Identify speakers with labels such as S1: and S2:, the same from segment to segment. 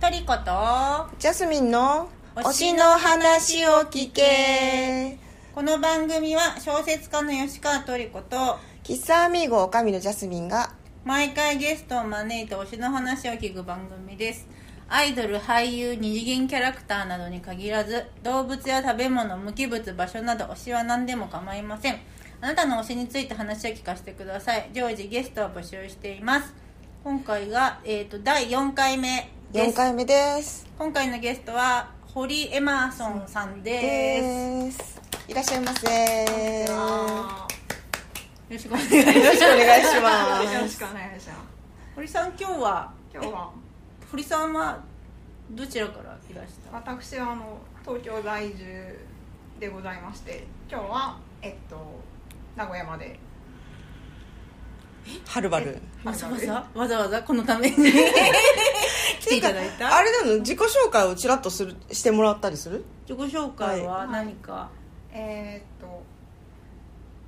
S1: カリコと
S2: ジャスミンの推
S1: 推
S2: し
S1: しの
S2: の話を
S1: 聞
S2: 聞け
S1: けこの番組は小説家の吉川トリコと
S2: 喫茶アミーゴおかみのジャスミンが
S1: 毎回ゲストを招いて推しの話を聞く番組ですアイドル俳優二次元キャラクターなどに限らず動物や食べ物無機物場所など推しは何でも構いませんあなたの推しについて話を聞かせてください常時ゲストを募集しています今回が、えー、と第4回目で
S2: 4
S1: す
S2: 回目です
S1: 今回のゲストは堀エマーソンさんです
S2: ですいらっしゃいませよ
S1: あーよろしくお願いしま
S2: ろし
S1: す
S2: くお願いし
S3: よ
S2: ま
S3: ろ
S2: す
S3: しくお願いします
S1: 堀さん今日は
S3: 今日は
S1: え堀さんはどちらからいらした
S3: 私はあの東京在住でございまして今日はえっと名古屋まで
S2: はるばる
S1: わざわざ
S3: は
S1: わざわざこのために来ていただい
S2: てかあ
S1: た
S2: れなの自己紹介をちらっとするしてもらったりする
S1: 自己紹介は何か、
S3: えーっと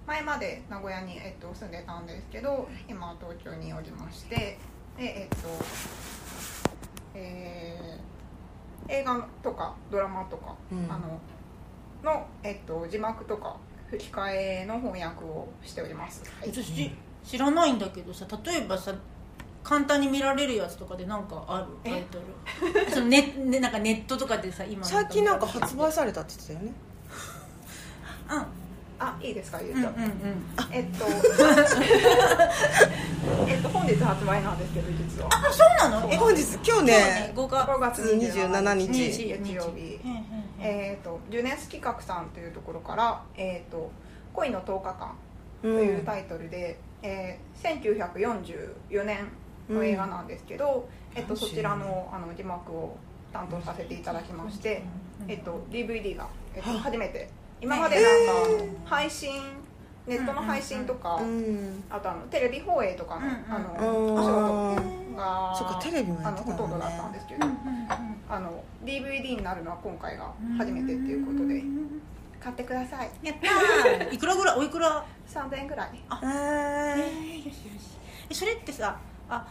S3: 前まで名古屋に、えっと、住んでたんですけど今は東京におりましてでえっとえー映画とかドラマとか、
S2: うん
S3: あのの、えっと、字幕とか吹き替えの翻訳をしております、はい
S1: 私知らないんだけどさ例えばさ簡単に見られるやつとかでなんかある
S3: え
S1: タイトル そのネねなんかネットとかでさ今
S2: 最近なんか発売
S1: さ
S2: されたって言ってたよね
S3: あいいですか言っ
S1: う
S3: ち
S1: んうんう
S3: ゃ
S1: ん
S3: っ
S1: うん
S3: てえっと、 えっと本日発売なんですけど実は
S1: あそうなのえ
S2: 本日今日ね
S1: 今日ね
S3: 5
S1: 5
S3: 月
S2: 27
S3: 27
S2: 日
S3: 日
S1: 日
S3: 月曜日
S1: うんうんうん
S3: えっとジュネス企画さんというところから「えっと恋の10日間」
S2: う
S3: というんタイトルで、えー1944年の映画なんですけど、えっと、そちらのあの字幕を担当させていただきまして、えっと、DVD が、えっと、初めて今までなんかあの配信ネットの配信とか、
S2: うん
S3: あとあのテレビ放映とかの,、あ
S2: うん
S3: のお仕事が
S2: そっかテレビもや
S3: あ
S2: っ
S3: の
S2: て
S3: ほ
S2: た
S3: とん
S2: も
S3: ど
S2: ん
S3: だったん
S2: ね
S3: ですけ
S1: う
S3: ど、
S1: んうん
S3: あの DVD になるのは今回が
S1: うん
S3: 初めてっていうことで
S1: ん
S3: 買ってください
S1: やったーいくらぐらいおいくら
S3: 3000円ぐらい
S2: あ
S1: え
S2: ー
S1: ーよしよしえそれってさあ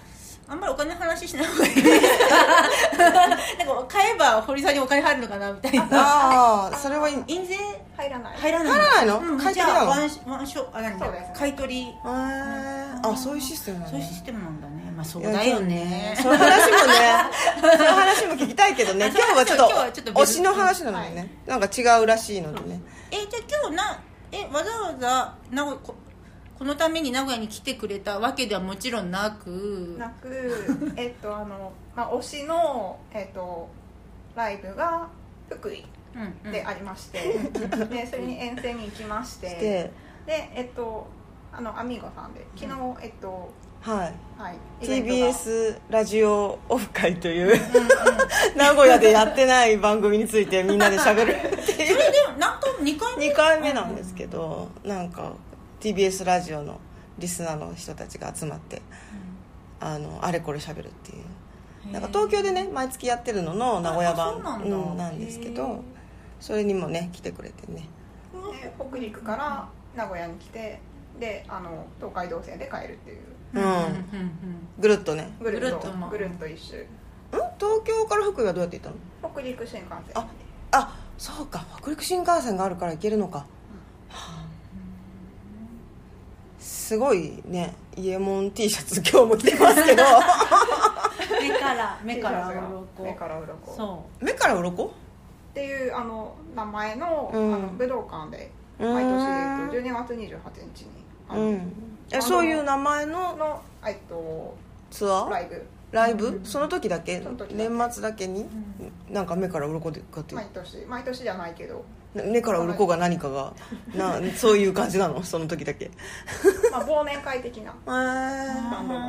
S1: あんまりお金の話しない方が いいなんか買えば堀さんにお金入るのかなみたいな
S2: あーそれはいい
S1: 印税
S3: 入らない
S1: 入らない
S2: 入らないの
S1: うん
S2: 買い
S1: じ
S2: 取り
S1: ゃ
S2: な
S1: あ
S2: の
S1: ワンシワンショあ何
S3: そうです
S1: 買い取り
S2: へーあそういうシステムなの
S1: そういうシステムなんだねまあそうだよね
S2: そういう話も ねそういう話も聞きたいけどね
S1: あ
S2: 今日はちょっと
S1: そう今日はちょっと
S2: 推
S1: 別
S2: しの話なのでね、
S3: は
S2: なんか違うらしいのでね
S1: えじゃあ今日なえわざわざ名古ここのために名古屋に来てくれたわけではもちろんなく
S3: なく えっとあの、まあ、推しの、えっと、ライブが福井
S1: うんうん
S3: でありまして、でそれに遠征に行きまして
S2: で、
S3: でえっとあのアミーゴさんで昨日、えっと
S2: はい、
S3: はいイベントが
S2: TBS ラジオオフ会という 名古屋でやってない番組についてみんなでしゃ べるっ
S1: そ
S2: ていう
S1: れでもなんか2回目
S2: 2回目なんですけどなんか TBS ラジオのリスナーの人たちが集まってあのあれこれしゃべるっていうなんか東京でね毎月やってるのの名古屋版
S1: あそうなんだ
S2: うんなんですけ
S1: へ
S2: ど
S1: ー
S2: それにもね来てくれてね
S3: で北陸から名古屋に来てであの東海道線で帰るっていう
S1: う
S2: う
S1: んんうんうんうん
S2: ぐるっとねん
S3: ぐるっと
S1: ぐるっとも
S3: ぐるっと一周
S2: 東京から福井はどうやって行ったの
S3: 北陸新幹線
S2: ああそうか北陸新幹線があるから行けるのか、はあ、すごいね伊右衛門 T シャツ今日も着てますけど
S1: 目から 目から鱗
S3: 目から鱗
S1: そ
S2: 目から鱗
S3: っていうあの名前の,、
S2: うん
S3: あの武道館で
S2: うーん
S3: 毎年、えっと、12月28日にあ
S2: う
S3: の、
S2: んえそういう名前の
S3: の、えっと、
S2: ツア
S3: ラ
S2: ー
S3: イブ
S2: ライブその時だけ
S3: その時だけ
S2: 年末だけになんか目から鱗でかっていう
S3: 毎年毎年じゃないけど、
S2: な目から鱗が何かがなそういう感じなのその時だけへ
S3: まあ、忘年会的な
S2: え
S1: う
S3: バンドの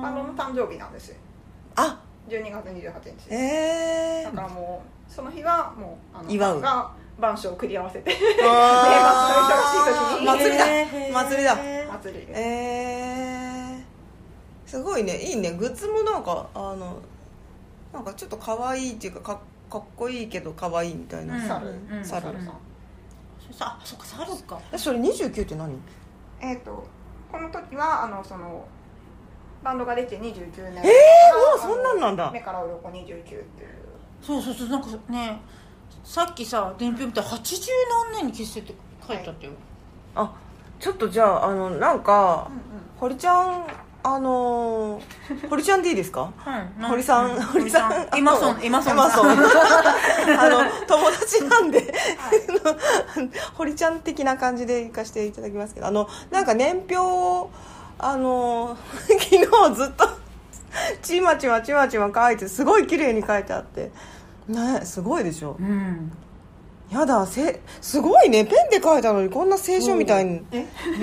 S3: バンドの誕生日なんですよ
S2: あ
S3: 12月28日
S2: え
S3: だからもうその日はもうあの
S2: 祝う
S3: が晩鐘を繰り合わせて
S2: えあ
S3: ー
S2: ー祭りだ
S1: へー
S2: 祭りだ
S3: 祭りで
S2: えー、すごいねいいねグッズもなんかあのなんかちょっと可愛いっていうかかかっこいいけど可愛いみたいな、
S1: うん
S3: 猿
S1: うん
S2: 猿
S3: 猿さん
S1: さあそっか猿か
S2: えそれ29って何
S3: えっ、とこの時はあのそのバンドができて29年
S2: えーうわそんなんなんだ
S3: 目から鱗29っていう
S1: そうそうそうなんかねさっきさ伝票見たら80何年に結成って書いてあったよ、
S2: あちょっとじゃああのなんか、
S3: う
S2: 堀ちゃんあのー、堀ちゃんでいいですか
S1: はい
S2: 堀さん
S1: う
S2: 堀さん
S1: エマソンエマソンさん
S2: エマ ソンあの友達なんで
S3: んうんはい
S2: 堀ちゃん的な感じで行かせていただきますけどあのなんか年表をあの 昨日ずっとちまちまちまちま書いてすごい綺麗に書いてあってねすごいでしょ
S1: うん
S2: やだせすごいねペンで書いたのにこんな聖書みたいに、
S1: め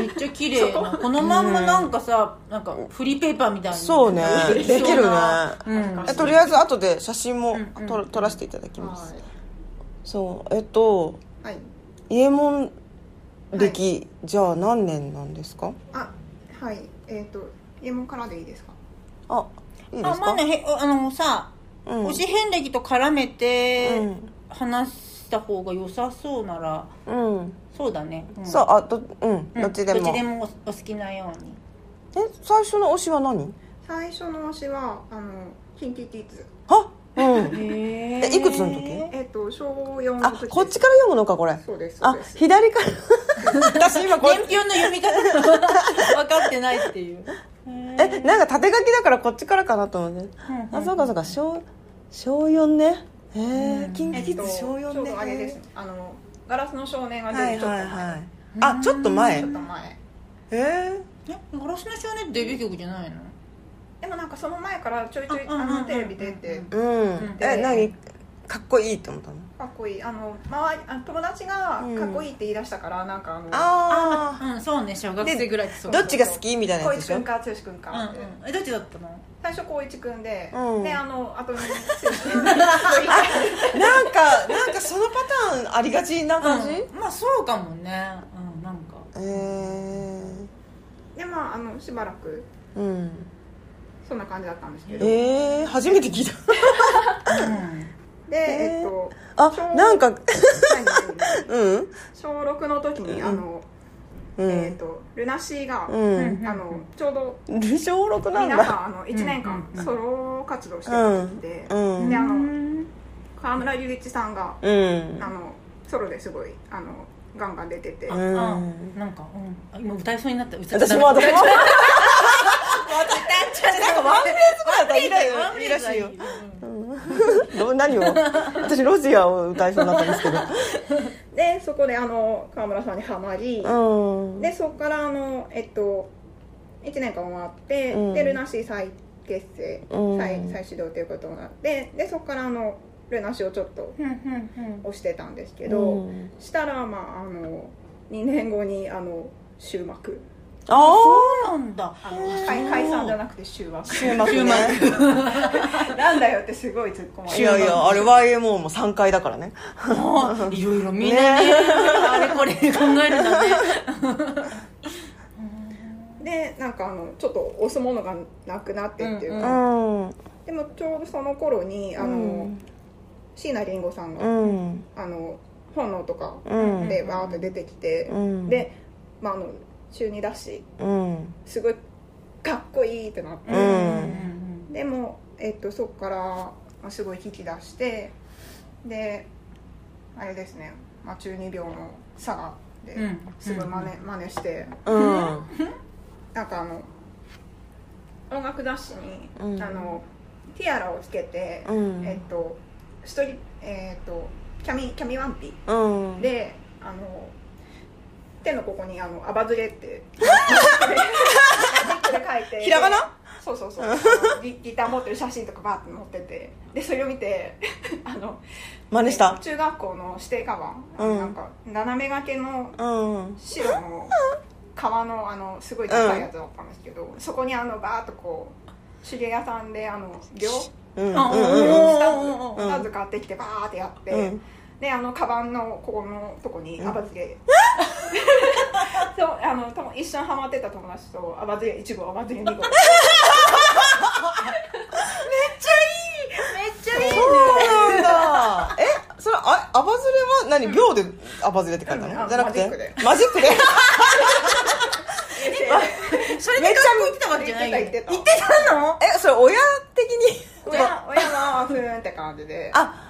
S1: っちゃ綺麗 なこのまんまなんかさ、なんかフリーペーパーみたいに
S2: そうね
S1: できそうな
S2: で
S1: うん
S2: えとりあえず後で写真も
S1: うんうん
S2: 撮ら撮らせていただきます、
S3: は
S2: そうえっと
S3: いはい
S2: 家門歴、じゃあ何年なんですか
S3: あはいえっ、と家門からでいいですか
S2: あいいで
S1: あ
S2: す
S1: ま
S2: か
S1: あねへあのさ、
S2: うん
S1: 推し遍歴と絡めて
S2: うん
S1: 話した方が良さそうなら
S2: うん
S1: そうだね、ん
S2: そうあどうん
S1: うん
S2: どっちでも,、
S1: どっちでもおお好きなように
S2: え最初の推しは何
S3: 最初の推しはあのキンキキッズ
S2: あうん
S1: へ
S2: えいくつの時
S3: えっ、と小4
S2: あ
S3: の時
S2: こっちから読むのかこれ
S3: そうですそう
S2: あ
S3: です
S2: 左から私今こ
S1: 年表
S2: れ
S1: の読み方が分かってないっていう
S2: えなんか縦書きだからこっちからかなと思ってあそうかそうか小小四ねへえ
S1: うん
S2: 近
S3: えっ
S2: 畿
S3: と
S2: キッズ小四
S3: ちょうどあれです
S2: ね
S3: ねあのガラスの少年が
S2: は
S3: 出
S2: い
S3: るちょっ
S2: は
S3: と
S2: いは
S3: 前
S2: いあちょっと前へ
S3: ちょっと前
S2: え
S1: えガラスの少年ってデビュー曲じゃないの
S3: でもなんかその前からちょいちょい
S1: あうん
S3: あ
S1: うんう
S3: の
S1: ん
S3: テレビ出て
S2: うんえ何かっこいいって思ったの
S3: かっこいいあの周りあ友達が
S2: うん
S3: かっこいいって言い出したからなんかあの
S2: あ
S1: うんそうね小学生ぐらいってそ
S2: あ
S1: う
S2: どっちが好きみたいな
S3: 光
S2: やつ
S3: 一
S2: でし
S3: 君
S2: ょ
S3: か剛
S1: うん
S3: 君
S1: う
S3: かって
S1: んえどっちだったの
S3: 最初光一君で
S2: うん
S3: であ の後に剛君
S2: なんかなんかそのパターンありがちな感じ
S1: うんまあそうかもねうんなんか
S2: えー
S3: でまああのしばらく
S2: うん
S3: そんな感じだったんですけどで
S2: えー、初めて聞いた
S3: えっと
S2: あなんか
S3: 何何
S2: うん
S3: 小6の時にあの
S2: う
S3: えっ
S2: ん
S3: とルナシーが
S2: う
S1: うんん
S3: あのちょうど
S2: ル小6なん
S3: 皆さ
S2: だ
S3: んあの1年間
S1: うん
S3: ソロ活動してたんで
S2: うん
S3: であ
S1: う
S3: の
S1: ん
S3: 河村隆一さんが
S2: うん
S3: あのソロですごいあのガンガン出てて
S2: う
S3: あ
S2: ん
S1: あなんかうんあ今歌いそうになった歌っちゃ
S2: 私
S1: ダメ
S2: も 私も
S1: 歌っちゃダメ
S2: なんかワンフレーズぐらいだったらいいらしいよ
S1: ワンフレーズはいいようん
S2: ど何を私ロジアを歌いそうになったんですけど
S3: でそこであの河村さんにはまり
S2: うん
S3: でそこからあのえっと1年間終わって、
S2: うん
S3: でルナシー再結成、
S2: うん
S3: 再再始動ということになってでそこからあのルナシーをちょっと
S1: うんうん
S3: 押してたんですけど、
S2: うん
S3: したらまああの2年後にあの終幕
S2: あ
S1: うんなん だ
S3: あの解解散じゃなくて終幕
S2: あ週末ね
S3: なんだよってすごい突っ込まれ
S2: い
S3: て
S2: やいやあれ YMO も3回だからね
S1: あいろいろみんなねあれこれ考えるんだね
S3: でなんかあのちょっと押すものがなくなってっていううん
S2: う
S3: か、
S2: ん
S3: でもちょうどその頃にあの、
S2: うん
S3: 椎名林檎さんが、
S2: うん
S3: あの本能とか
S2: うん
S3: でわーって出てきて、
S2: うん
S3: で、まあ、あの中二だし
S2: うん
S3: すごいかっこいいってなって、
S2: うん
S3: でも、えっと、そこからまあすごい聞き出してであれですね、まあ、中二病の佐賀で
S1: うん
S3: すごい真似,、真似して
S2: うん
S3: なんかあの音楽雑誌に、
S2: うん
S3: あのティアラをつけて、
S2: うん
S3: えっと一人、えっとキャミキャミワンピ
S2: うん
S3: であの手のここにあの「あばずれ」 ってマジックで書いて
S2: ひらがな
S3: そうそうそうあのギギター持ってる写真とかバーって載っててでそれを見て あの
S2: 真似した
S3: 中学校の指定カバン、
S2: うん
S3: なんか斜め掛けの
S2: うん
S3: 白の革のあのすごい高いやつだったんですけど、そこにあのバーっとこう手芸屋さんであの両
S2: うん
S1: あ
S2: う
S1: う
S2: ん
S1: ん
S2: うん
S3: スタ
S1: うん
S3: ッフスタッフ買ってきてバーってやって、
S2: うん
S3: であのカバンのここのとこにアバズ レ、そうあのとも一緒にハマってた友達とアバズレ1号アバズレ2号めっ ちゃいいめっち
S2: そうなんだえそれあアバズレは何秒でアバズレって書いた
S3: うんあ
S2: のじゃなくて
S3: マジック
S2: マジック
S3: で
S2: で
S3: ゃいい
S1: それれで学校来たわけじゃないよね
S3: 言ってた
S1: 行
S3: 言
S1: っ
S3: ってて
S1: たの
S2: えそれ親的に
S3: 親親がふーんって感じで
S2: あ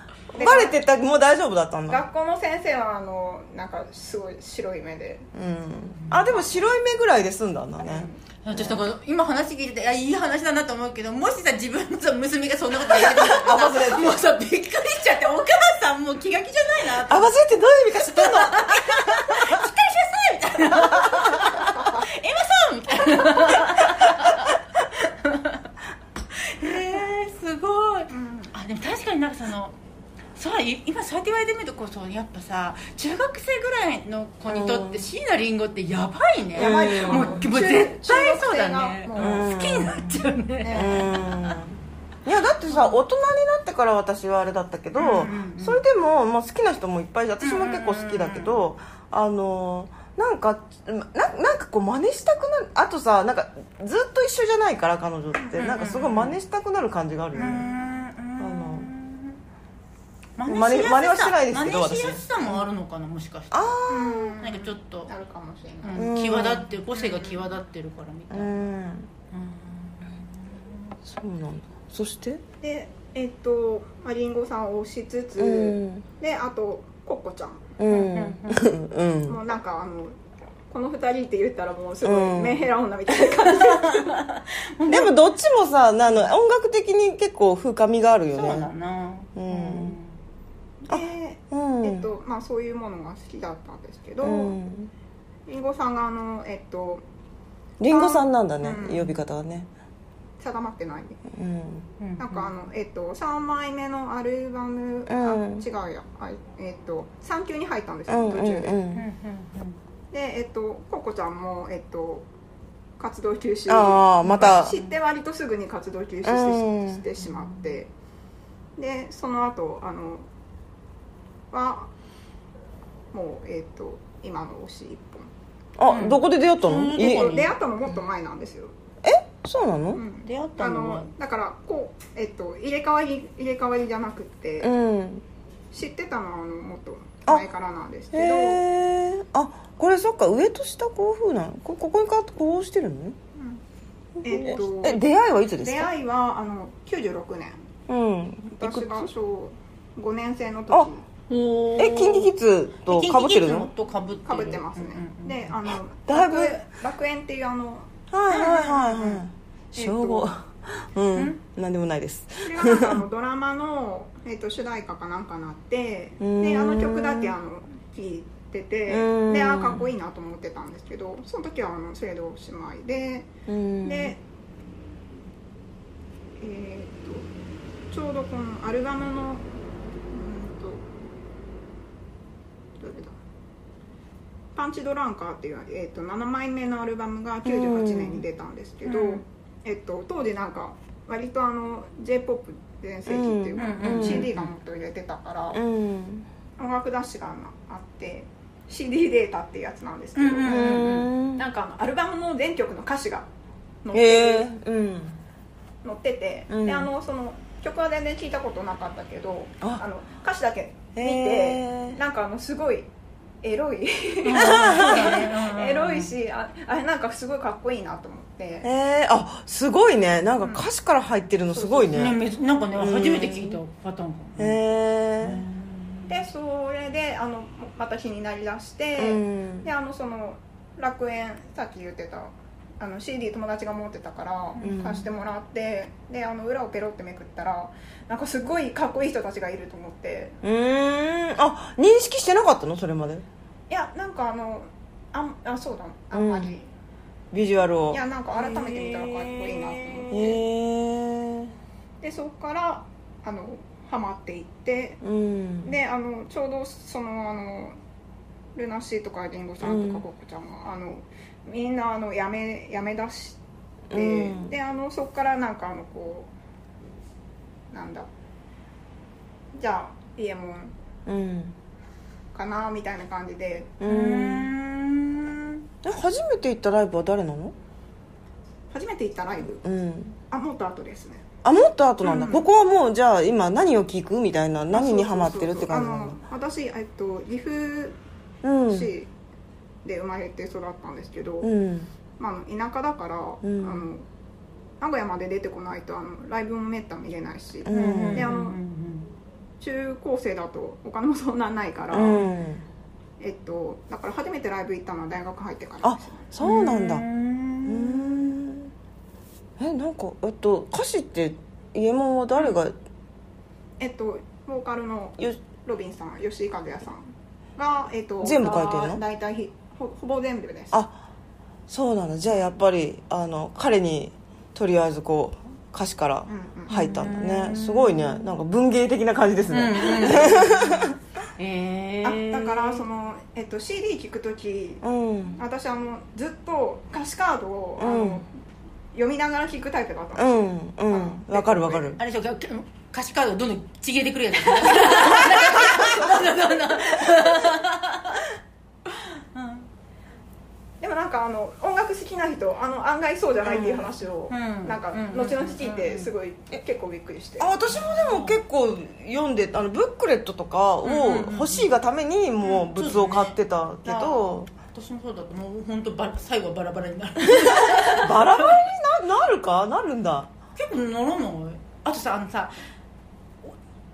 S2: バレてたもう大丈夫だったんだ
S3: 学校の先生はあのなんかすごい白い目で
S2: うんあでも白い目ぐらいで済んだんだね
S1: 私だから今話聞いてていやいい話だなと思うけどもしさ自分のさ娘がそんなこと言ってたらさもうさびっくりしちゃってお母さんもう気が気じゃないな
S2: あ忘れってどういう意味か知ってんの
S1: エマさんみたいなえー、すごい、
S3: ん
S1: あでも確かになんかそのそうい今そうやって言われてみるとこうそうやっぱさ中学生ぐらいの子にとって
S2: うん
S1: 椎名林檎ってやばいね
S3: やばい
S2: うん
S1: もう
S3: もう
S1: もう絶対そうだね
S3: 中
S1: 好
S3: 学生がもう
S2: うん
S1: きになっちゃうね
S2: う
S3: ね
S2: んいやだってさ大人になってから私はあれだったけど、
S1: うんうんうん
S2: それでも、まあ、好きな人もいっぱいいて私も結構好きだけど、あのなんかななんかこう真似したくなるあとさなんかずっと一緒じゃないから彼女って、
S1: うんうん
S2: なんかすごい真似したくなる感じがある
S1: うー
S2: よね、
S1: ん
S2: あの
S1: 真似しやすさ
S2: 真似はしてないですけど
S1: 真似しやすさもあるのかなもしかして
S2: あ
S3: うん
S1: なんかちょっと
S3: あるかもしれない
S1: うん
S2: うん
S1: 際立ってる個性が際立ってるからみた
S2: あ
S1: いうな、うん
S2: んそうなんだそして
S3: でえっとまありんごさんを推しつつ、
S2: うん
S3: であとコッコちゃん
S2: うんうん
S3: もうなんかあのこの二人って言ったらもうすご
S2: う
S3: い
S2: ん
S3: メンヘラ女みたいな感じ、
S2: でもどっちもさあの音楽的に結構風神があるよね
S1: そうだな
S2: うん
S3: で、
S2: うん、
S3: えっとまあ、そういうものが好きだったんですけど、
S2: うん
S3: りんごさんがあのえっと
S2: リンゴさんなんだね、
S3: うん
S2: 呼び方はね、
S3: 定まってない
S2: うん、
S1: うん
S3: なんかあの、えっと3枚目のアルバム、
S2: うん
S3: あ違うやあえっと3級に入ったんです
S2: うん
S3: よ
S2: う
S3: 途
S2: ん
S3: 中で、
S1: うんうん
S3: でえっとココちゃんもえっと活動休止
S2: ああまた
S3: 知って割とすぐに活動休止して,、
S2: うん
S3: してしまってでその後あのはもうえっ、と今の推し一
S2: あ、
S1: うん
S2: どこで出会ったの、
S1: うん
S2: い
S1: どこ
S3: 本
S1: に
S3: 出会ったのもっと前なんですよ、
S2: そうなの
S3: う
S1: うん
S3: ん、
S1: 出会った
S3: あ
S1: のは
S3: のだからこう、えっと入れ替わり入れ替わりじゃなくって、
S2: うん、
S3: 知ってたのはあのもっと前からなんですけ
S2: へ
S3: ど、
S2: えあこれそっか上と下こういうふうなのこここにかこうしてるの
S3: うんえっと
S2: え出会いはいつです
S3: 出
S2: か
S3: 会いはあの96年
S2: うんい
S3: 私
S2: く
S3: が
S2: つ
S3: 小5年生の
S2: あ
S3: 時
S2: えキンキキッズとかぶってるの
S1: とかぶってる
S3: かぶってますね、であの
S2: だいぶ
S3: 楽楽園っていうあの
S2: はいはいはいはい、
S3: えっと
S2: 小五うん、
S1: ん
S2: なんでもないです
S3: それがなんかあのドラマの、えー、と主題歌かなんかなって
S2: うー
S3: で
S2: ん
S3: あの曲だけあの聴いてて
S2: うーん
S3: であーかっこいいなと思ってたんですけどその時はあの制度おしまいで
S2: うん
S3: で、えー、とちょうどこのアルバムのうーんとどれだ「パンチドランカー」っていう、えー、と7枚目のアルバムが98年に出たんですけど、
S1: うん
S3: えっと当時なんか割とあの j p o p 全盛期っていうか、
S1: うんうんうん
S3: CD がもっと売れてたから、
S2: うん
S3: 音楽雑誌があって CD データっていうやつなんですけど、
S1: うんうん
S2: うん
S3: なんかあのアルバムの全曲の歌詞が載ってて
S2: へえうん
S3: 載ってて、
S2: うん
S3: であのその曲は全然聞いたことなかったけど
S2: あ
S3: あの歌詞だけ見て
S2: へー
S3: なんかあのすごいエロい エ
S1: エ
S3: ロいしああれなんかすごいかっこいいなと思って
S2: えー、あすごいねなんか歌詞から入ってるのすごいね、
S1: ねめなんかね
S2: うん
S1: 初めて聞いたパターンかも
S2: え
S3: でそれであのまた気になりだして、
S2: ーうん
S3: であのその楽園さっき言ってたあの CD 友達が持ってたから
S2: うん
S3: 貸してもらって、であの裏をペロってめくったらなんかすごいかっこいい人たちがいると思って
S2: うーんあ認識してなかったのそれまで
S3: いやなんかあのあんあそうだあんまり、
S2: ビジュアルを
S3: いやなんか改めて見たらかっこいいなと思っ
S2: え
S3: て、
S2: ー、
S3: でそこからあのハマっていって
S2: うん
S3: であのちょうどそのあのルナシーとかリンゴさんと
S2: うん
S3: かココちゃんが、あのみんなあのやめやめだして
S2: う
S3: で
S2: ん
S3: であのそこからなんかあのこうなんだじゃあイエモン
S2: うん
S3: かなみたいな感じで
S2: う
S1: うんん
S2: え初めて行ったライブは誰なの
S3: 初めて行ったライブ
S2: うん
S3: あもっと後ですね
S2: あもっと後なんだ、
S3: うん
S2: ここはもうじゃあ今何を聞くみたいな何にハマってるって感じ
S3: あ
S2: な
S3: の私、えっと、岐阜
S2: のうん
S3: 市で生まれて育ったんですけど、
S2: うん
S3: まああの、田舎だから、
S2: うん
S3: あの名古屋まで出てこないとあのライブもめったに見れないし、
S2: うん
S1: うん
S3: であの
S1: うん
S3: 中高生だとお金もそんなないから、
S2: うん
S3: えっと、だから初めてライブ行ったのは大学入ってから
S2: あ
S3: です
S2: そうなんだ
S1: う
S2: うんんえなんかえっと歌詞って家門は誰が
S3: えっとボーカルの
S2: よ
S3: ロビンさん吉井和也さんが、えっと、
S2: 全部書いてんの
S3: が大体ひほほぼ全部です
S2: あそうなんだじゃあやっぱりあの彼にとりあえずこう歌詞から
S3: うんうん
S2: 入ったんだ
S1: う
S2: ね
S1: ん
S2: すごいねなんか文芸的な感じです
S1: う ん
S2: ね、
S1: えー
S3: あだからその、えっと、CD 聴く時
S2: うん
S3: 私あのずっと歌詞カードを、あ
S2: うん
S3: の読みながら聴くタイプだった
S2: う
S3: の、
S2: んうんわかるわかる
S1: あれでしょきょ歌詞カードどんどんちぎれてくるやつ
S3: でもなんかあの音楽好きな人あの案外そうじゃないっていう話を、
S1: うん
S3: なんか
S1: うん
S3: 後々聞いてすごい、結構びっくりして
S2: あ私もでも結構読んであのブックレットとかを
S1: うんうんうん
S2: 欲しいがためにもう物を買ってたけど、
S1: 私もそうだったもう本当バラ最後はバラバラになる
S2: バラバラにななるかなるんだ
S1: 結構乗らないあとさあのさ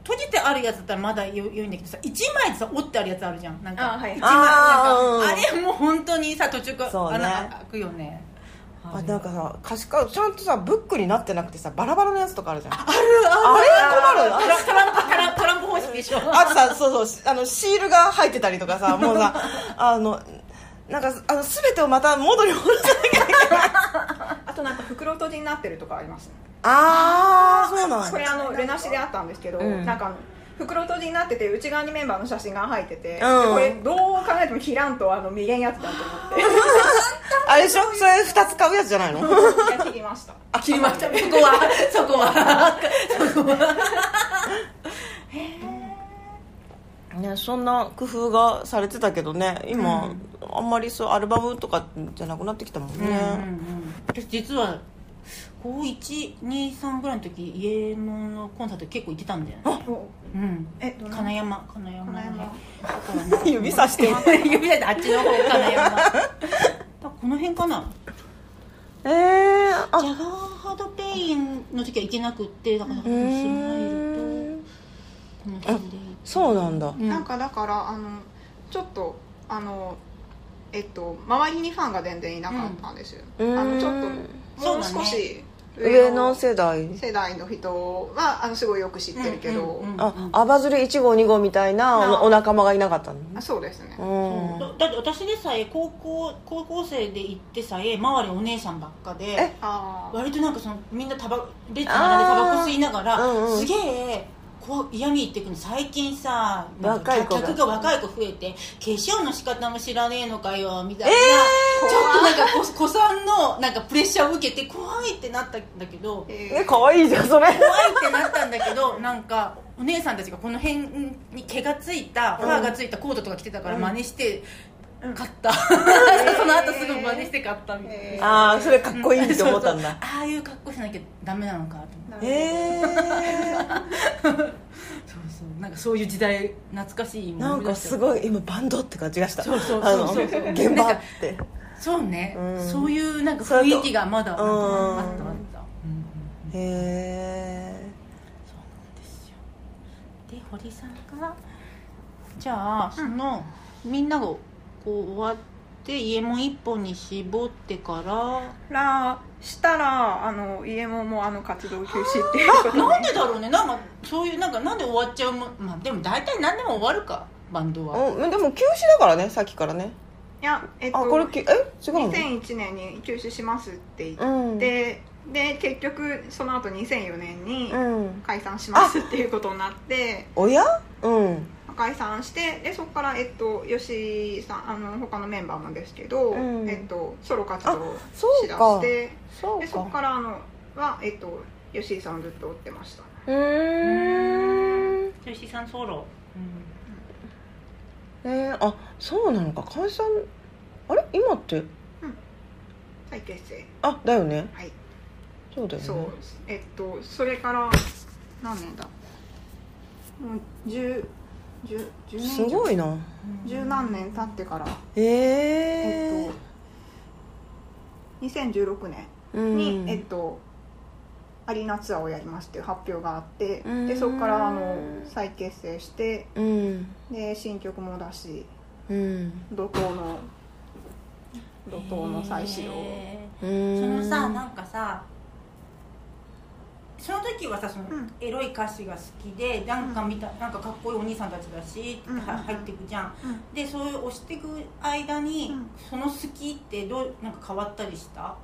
S1: 閉じてあるやつだったらまだ言う言うんだけどさ1枚でさ折ってあるやつあるじゃんなんか
S3: あはい
S1: 一枚なんか
S2: あ
S1: あ
S2: ー
S1: れもう本当にさ途中から
S2: そうね
S1: 穴開くよねあ
S2: あなんかさ可視化ちゃんとさブックになってなくてさバラバラのやつとかあるじゃんあ
S1: あるあ
S2: れ困る
S1: トラトランプトラントランプ方式でしょ
S2: あとさそうそうあのシールが入ってたりとか さもうさあのなんかあの全てをまた元に戻さなきゃ
S3: あとなんか袋閉じになってるとかありますね
S2: ああそうなん
S3: これあのレナシであったんですけど、
S2: うん
S3: なんかあの袋閉じになってて内側にメンバーの写真が入ってて、
S2: うん
S3: これどう考えても切らんとあの未練やつだと
S2: あれでしょそれ2つ買うやつじゃないの
S3: 思ってい や切りました
S1: あ切りましたそこはそこは
S2: ね、そんな工夫がされてたけどね今、あんまりそうアルバムとかじゃなくなってきたもんね、
S1: 私実は高123ぐらいの時伊右衛門のコンサート結構行ってたんだよね
S3: お
S1: うん
S3: えどんな
S1: 金山金山
S3: 金山
S1: だからね
S2: 指さして
S1: 指だってあっちの方金山だからこの辺かな
S2: ええー、
S1: ジャ
S2: あ
S1: ガーハードペインの時は行けなくってだからス
S2: う
S1: マイル
S2: ーん
S1: とこの辺で
S2: そうなんだ
S1: うん
S3: なんかだからあのちょっとあのえっと周りにファンが全然いなかったんですよ、
S2: うん
S3: あのちょ
S1: そう
S3: っ
S1: だ
S3: と
S1: ね
S3: もう少し
S2: 上の世代
S3: 世代の人はあのすごいよく知ってるけど、
S1: うんうんうん
S2: あアバズル1号2号みたいな
S3: なあ
S2: おお仲間がいなかったの
S3: あそうですね、
S2: うん
S1: そうだだって私でさえ高校高校生で行ってさえ周りお姉さんばっかで
S2: え
S3: ああ
S1: 割となんかそのみんなタバ列並んでタバコ吸いながら、
S2: あーうんうん
S1: すげえこう嫌味言ってくの最近さなんか
S2: 若い子が
S1: 客が若い子増えて化粧の仕方も知らねえのかよみたいな、ちょっとなんか子子さんのなんかプレッシャーを受けて怖いってなったんだけど
S3: えー
S2: え可愛いじゃんそれ
S1: 怖いってなったんだけ どなんかお姉さんたちがこの辺に毛がついたファーがついたコートとか着てたから真似して買った、 その後すぐ真似して買ったみたいな、
S3: え ー
S2: ああそれかっこいいって思っ たんだ
S1: ああいう格好しなきゃダメなのかと思って
S3: なるほ
S2: え
S3: ど
S2: ー、
S1: そうそうなんかそういう時代懐かしいも
S2: なんかす
S1: い
S2: ごい今バンドって感じがした
S1: そうそう
S2: あ
S1: そう
S2: の
S1: そうそう
S2: 現場って
S1: そうね、
S2: うん
S1: そういうなんか雰囲気がまだなんか
S2: う
S1: あ
S2: ん
S1: ったあったうんうん
S2: へ
S1: そうなん
S2: え
S1: ですよで堀さんからじゃあその、みんながこう終わって家も一本に絞ってから
S3: らしたらあの家ももうあの活動休止っていうことに
S1: なんでだろうねなんかそういうなんかなんで終わっちゃうもんまあでも大体何でも終わるかバンドは
S2: うんでも休止だからねさっきからね
S3: いやえっと
S2: あこれきえ違うの
S3: 2001年に休止しますって
S2: う
S3: 言っ
S2: ん
S3: て、で結局その後2004年に
S2: うん
S3: 解散しますっていうことになって
S2: おやうん
S3: 解散してでそこから、えっと、吉井さんあの他のメンバーもですけど、
S2: うん
S3: えっと、ソロ活動を
S2: そう
S3: しだ
S2: か
S3: して
S2: そ
S3: でそこからあのは、えっと、吉井さんをずっと追ってました
S2: うーん
S1: 吉井さんソロ、
S2: えー、あそうなのか解散あれ今って
S3: 再結成
S2: あだよね
S3: はい
S2: そうだよね
S3: そうえっとそれから何年だもう10 10 10年
S2: すごいな
S3: 十何年経ってから
S2: え
S3: え
S2: え
S3: っと2016年
S2: うん
S3: に、えっと、アリーナツアーをやりますっていう発表があって、
S2: うん
S3: でそこからあの再結成して
S2: うん
S3: で新曲も出し
S2: うん
S3: 怒涛の怒涛の再使用、
S1: へ
S2: そ
S1: ーそのさ
S2: な
S1: なんかさその時はさその
S3: うん
S1: エロい歌詞が好きでなんか見たなんかかっこいいお兄さんたちだし、
S3: うん
S1: は入ってくじゃん
S3: うん
S1: でそういう押してく間に、
S3: うん
S1: その好きってどうなんか変わったりした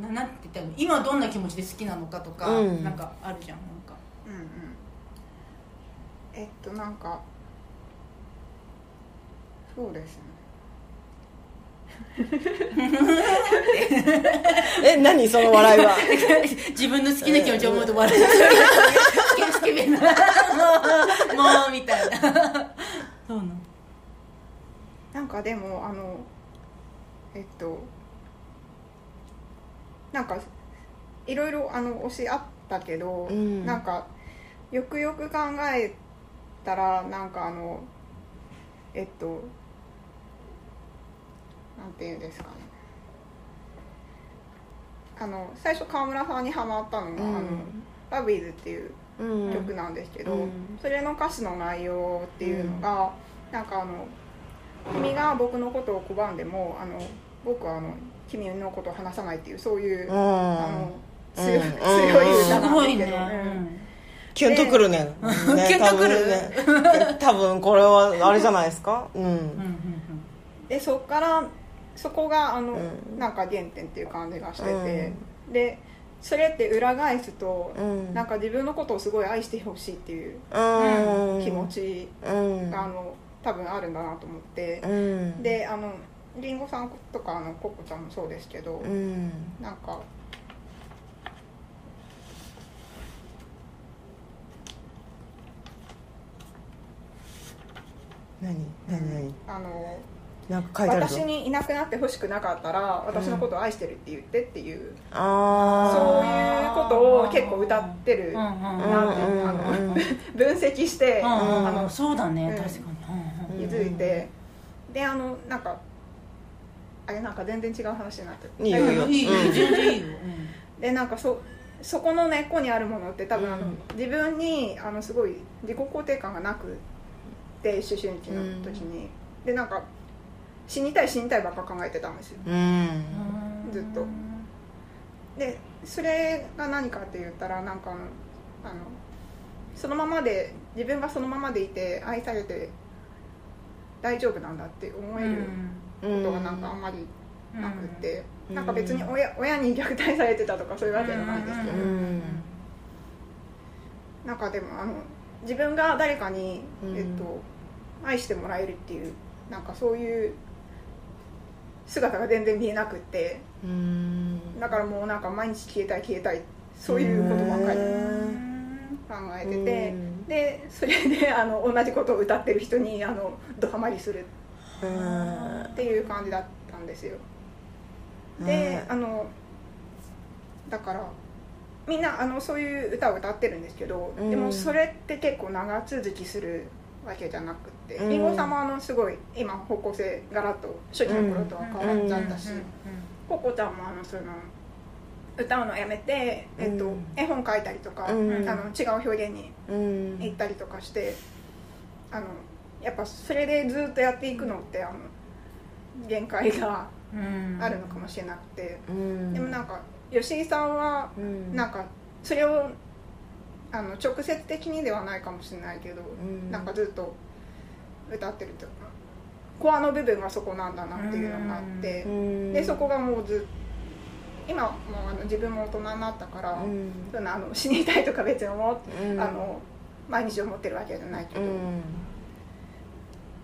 S1: ななんて言ったらいいの今どんな気持ちで好きなのかとか、
S2: うん
S1: なんかあるじゃんなんか
S3: うんうんえっとなんかそうですね
S2: え何その笑いは
S1: 自分の好きな気持ちを思うと笑っちゃうスケベスケベなもうもうみたいなそうなの
S3: なんかでもあのえっとなんかいろいろあの推しあったけど、
S2: うん
S3: なんかよくよく考えたらなんかあのえっとなんていうんですかねあの最初川村さんにハマったのが「
S2: うん
S3: あのラビーズ」っていう
S2: うん
S3: 曲なんですけど、
S2: うん
S3: それの歌詞の内容っていうのが、なんかあの「君が僕のことを拒んでもあの僕はあの君のことを話さない」っていうそういう、あの強い、
S2: うん
S3: 強い歌
S1: す
S3: な
S1: ご
S3: んで
S1: い
S3: す
S1: ね
S3: けど、うん
S2: キュンとくるねね
S1: キュンとくる
S2: 多分ね多分これはあれじゃないですかう
S1: うんうん
S2: ん
S3: でそっからそこがあの、
S2: うん
S3: なんか原点っていう感じがしてて、でそれって裏返すと、
S2: うん
S3: なんか自分のことをすごい愛してほしいっていう
S2: うん
S3: 気持ち
S2: うん
S3: が、あの多分あるんだなと思って。
S2: うん
S3: であのりんごさんとかあのココちゃんもそうですけど、
S2: うん
S3: なんか
S2: 何何何
S3: あの
S2: なんか書いてあるぞ
S3: 私にいなくなってほしくなかったら私のことを愛してるって言ってっていう、そう
S2: あ
S3: いうことを結構歌ってる、
S2: あ
S1: うん
S3: なんていうのあの
S2: うん
S3: 分析して、
S1: うん
S3: あ
S1: うんう
S3: の
S1: んそうだね
S3: うん
S1: 確かに
S3: 気づいて、であのなんかあれなんか全然違う話になってる
S2: いいよ
S1: う
S2: うんん
S1: うんうんいいよ
S2: う
S1: 全
S2: ん
S1: 然いいよ
S3: でなんかそそこの根っこにあるものって多分あの、
S2: うん
S3: 自分にあのすごい自己肯定感がなくて思春期の時に、でなんか死にたい死にたいばっか考えてたんですよ
S2: うん
S1: うん
S3: ずっとでそれが何かって言ったらなんかあのあのそのままで自分がそのままでいて愛されて大丈夫なんだって思えることがなんかあんまりなくて、
S2: うん
S3: なんか別に親親に虐待されてたとかそういうわけじゃないんですけど、
S2: うんうん
S3: なんかでもあの自分が誰かに、
S2: うん
S3: えっと、愛してもらえるっていうなんかそういう姿が全然見えなくって
S2: うん
S3: だからもうなんか毎日消えたい消えたいそういうことばっかり
S2: へ
S3: 考えてて、
S2: うん
S3: でそれであの同じことを歌ってる人にあのドハマりする
S2: うん
S3: っていう感じだったんですよで
S2: ね
S3: あのだからみんなあのそういう歌を歌ってるんですけど、
S2: うん
S3: でもそれって結構長続きするわけじゃなくて、
S2: うん
S3: りんごさんもあのすごい今方向性ガラッと初期の頃とは変わっちゃったし、ココちゃんもあのその歌うのやめて、えっと
S2: うん
S3: 絵本書いたりとか、
S2: うん
S3: あの違う表現に
S2: うん
S3: 行ったりとかして、あのやっぱそれでずっとやっていくのってあの限界があるのかもしれなくて。
S2: うん
S3: でもなんか吉井さんは
S2: うん
S3: なんかそれをあの直接的にではないかもしれないけど、
S2: ん
S3: なんかずっと歌ってるというかコアの部分がそこなんだなっていうのがあって、
S2: うん
S3: でそこがもうずっ今もうあの自分も大人になったから、
S2: うん
S3: そんなあの死にたいとか別に思って、
S2: うん
S3: あの毎日思ってるわけじゃないけ
S2: う
S3: ど、
S2: ん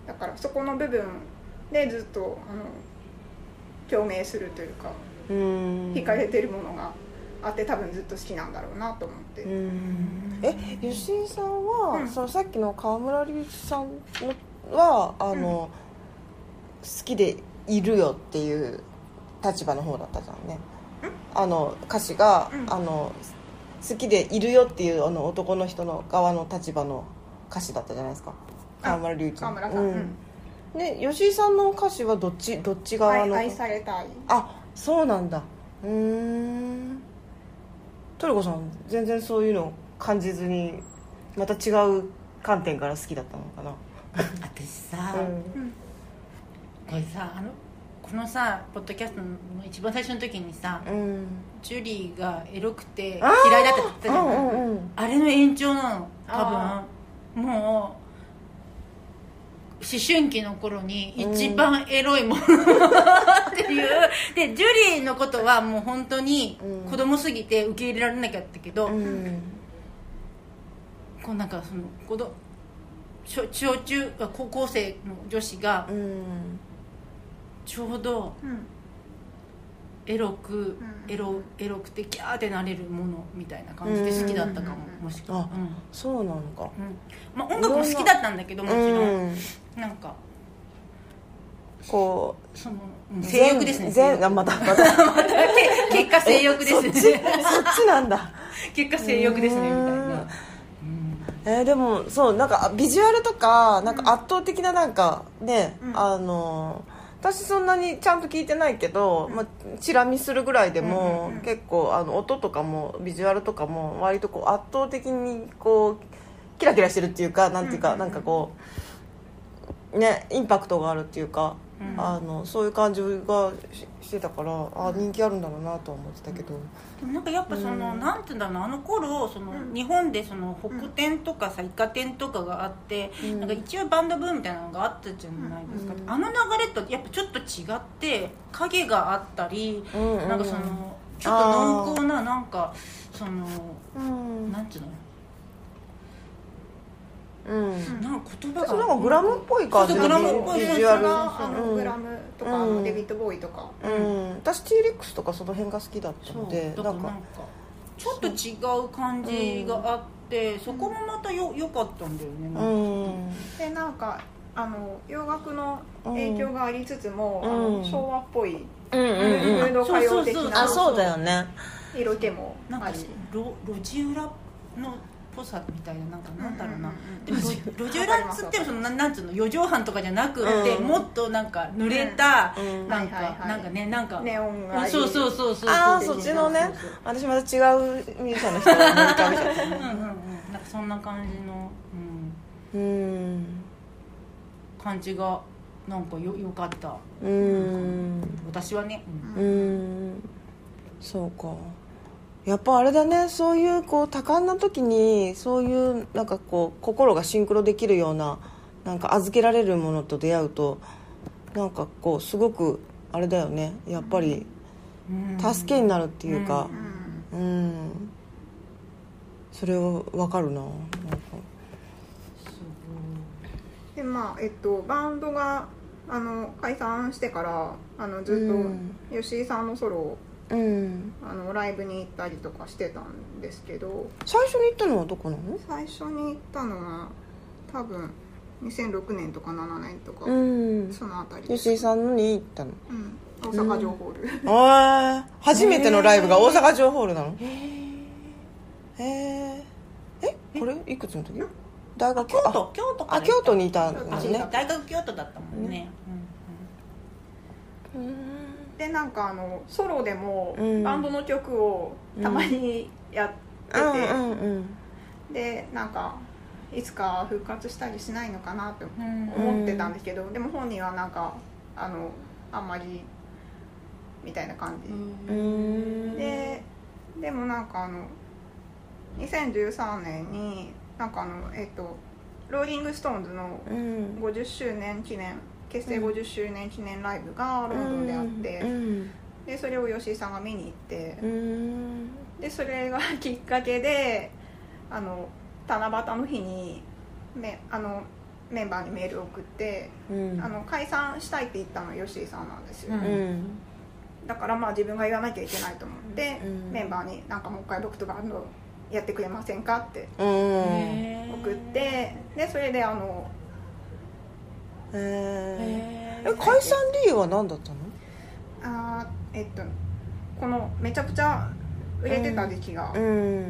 S3: だからそこの部分でずっとあの共鳴するというか。
S2: うん
S3: 惹かれてるものがあって多分ずっと好きなんだろうなと思って、
S2: うんえ吉井さんは、
S3: うん
S2: そのさっきの川村隆一さんのはあの、好きでいるよっていう立場の方だったじゃんねあの歌詞が、
S3: うん
S2: あの好きでいるよっていうあの男の人の側の立場の歌詞だったじゃないですか川村隆一
S3: 川村さん、うん
S2: ね吉井さんの歌詞はどっちどっち側
S3: 愛
S2: の
S3: 愛されたい
S2: あそうなんだうーんトリコさん全然そういうの感じずにまた違う観点から好きだったのかな
S1: 私さ、
S2: うん
S1: これさあのこのさポッドキャストの一番最初の時にさ
S2: うん
S1: ジュリーがエロくて嫌い
S2: あー
S1: だったって言ったじゃない、
S2: うんうんうん
S1: あれの延長なの多
S3: あ
S1: 分もう思春期の頃に一番エロい ものっていうでジュリーのことはもう本当に
S2: うん
S1: 子供すぎて受け入れられなきゃったけど、
S2: うん
S1: こうなんかその子ど小小中あ高校生の女子が
S2: うん
S1: ちょうど
S3: うん
S1: エロく、
S3: うん
S1: エロエロくてキャーってなれるものみたいな感じで好きだったかも、
S3: うん
S1: もしく
S2: あ
S1: は、うん
S2: そうなのか
S1: うんまあ、音楽も好きだったんだけどもちろん、
S2: うん
S1: なんか
S2: こ
S1: そのう
S2: うん
S1: 性欲ですね性
S2: 全
S1: 欲
S2: あまたまた
S1: け 結果性欲で
S2: そっち
S1: すね
S2: そっちなんだ
S1: 結果性欲ですねみたいな、う
S2: う
S1: ん
S2: んえーでもそうなんかビジュアルとかなんか圧倒的ななんかね、
S3: うん
S2: あの私そんなにちゃんと聞いてないけど、まあ、チラ見するぐらいでも、
S3: うんうんうん
S2: 結構あの音とかもビジュアルとかも割とこう圧倒的にこうキラキラしてるっていうかなんていうか、
S3: うんうんうん
S2: なんかこうねインパクトがあるっていうか、
S1: うん
S2: あのそういう感じがししてたからあ人気あるんだろうなとは思ってたけど、
S1: でもなんかやっぱその、
S2: うん
S1: なんていうんだろうなあの頃その、
S3: うん
S1: 日本でその北天とかさイカ天とかがあって、
S2: うん
S1: なんか一応バンドブームみたいなのがあったじゃないですか、
S2: うん
S1: あの流れとやっぱちょっと違って影があったり、
S2: うんうん
S1: なんかそのちょっと濃厚ななんかその
S2: うん
S1: なんていうの
S2: うん
S1: なんか言葉
S2: 私
S1: が
S2: なんかグラムっぽい感じの
S1: そうそうグラムっぽい
S2: ビ
S1: 感
S2: ジ
S1: じ
S2: ュアル
S3: があ
S2: う
S3: の
S2: ん
S3: グラムとか、あ
S2: うん
S3: のデビッド・ボーイとか、
S2: うん、私 T レックスとかその辺が好きだった
S1: そ
S2: の
S1: う
S2: で
S1: だから
S2: な
S1: なんんか
S2: か
S1: ちょっと違う感じがあって、そこもまたよ良かったんだよね、
S2: う
S1: なんか
S2: ん
S3: でなんかあの洋楽の影響がありつつも、
S2: うん
S3: あ
S2: うん
S3: の昭和っぽい
S2: うんうん
S3: ムー
S2: う
S3: ブ
S2: ん
S3: の歌謡的
S1: そうそうそう
S3: な
S2: あそうだよね
S3: 色気も
S1: なん
S3: あ
S1: か
S3: り
S1: 路路地裏のっぽさみたいななんかなんだろうな、
S3: うんうんうん
S1: でも路路地裏っつってもそのななんつうの四畳半とかじゃなくて、
S2: うん
S1: もっとなんか濡れた、
S2: うん
S1: なん
S3: はいは
S1: か、
S3: いはい
S1: なんかねなんか
S3: ネオンがあり
S1: そうそうそうそう
S2: ああそっちのね
S1: そうそう
S2: 私また違うミュージシャンの人を思い浮かべちゃった
S1: そううんうんうんなんかそんな感じの、うん、
S2: うん
S1: 感じがなんかよよかった
S2: うん
S1: 私はね、うん
S2: うんそうかやっぱあれだねそういうこう多感な時にそういうなんかこう心がシンクロできるようななんか預けられるものと出会うとなんかこうすごくあれだよねやっぱり
S1: うん
S2: 助けになるっていうか
S3: うん
S2: うん、それはわかるななんか
S1: す
S3: でまあえっとバンドがあの解散してからあのずっと吉井さんのソロを
S2: うん
S3: あのライブに行ったりとかしてたんですけど
S2: 最初に行ったのはどこなの
S3: 最初に行ったのは多分2006年とか7年とか、
S2: うん
S3: そのあたり
S2: 吉井さんのに行ったの
S3: うん、大阪城ホール、
S2: あー初めてのライブが大阪城ホールなのへええこれいくつの時大学京
S1: ごい京都京都から
S2: あ
S1: 行った
S2: 京都にいたんだ
S3: あ
S2: ね
S1: 大学京都だったもんね、
S3: でなんかあのソロでも
S2: うん
S3: バンドの曲をたまにやって
S2: う
S3: て、
S2: んうんうん
S3: でなんかいつか復活したりしないのかなと
S1: うんうんうん
S3: 思ってたんですけど、でも本人はなんかあのあんまりみたいな感じ、
S2: うーん
S3: ででもなんかあの2013年になんかあのえっとローリング・ストーンズの
S2: うん
S3: 50周年記念結成50周年記念ライブがロンドンであって、
S2: うん
S3: でそれを吉井さんが見に行って、
S2: うん
S3: でそれがきっかけであの七夕の日にめあのメンバーにメールを送って、
S2: うん
S3: あの解散したいって言ったのは吉井さんなんですよ、
S1: う
S2: うん
S3: だからまあ自分が言わなきゃいけないと思って、
S2: うん
S3: メンバーに「なんかもう一回僕とバンドやってくれませんか?」って
S2: うん
S1: へー
S3: 送ってでそれであの
S2: へえ
S1: へー
S2: え解散理由は何だったの
S3: あーえっとこのめちゃくちゃ売れてた時期が
S2: うん
S1: うんうんうんう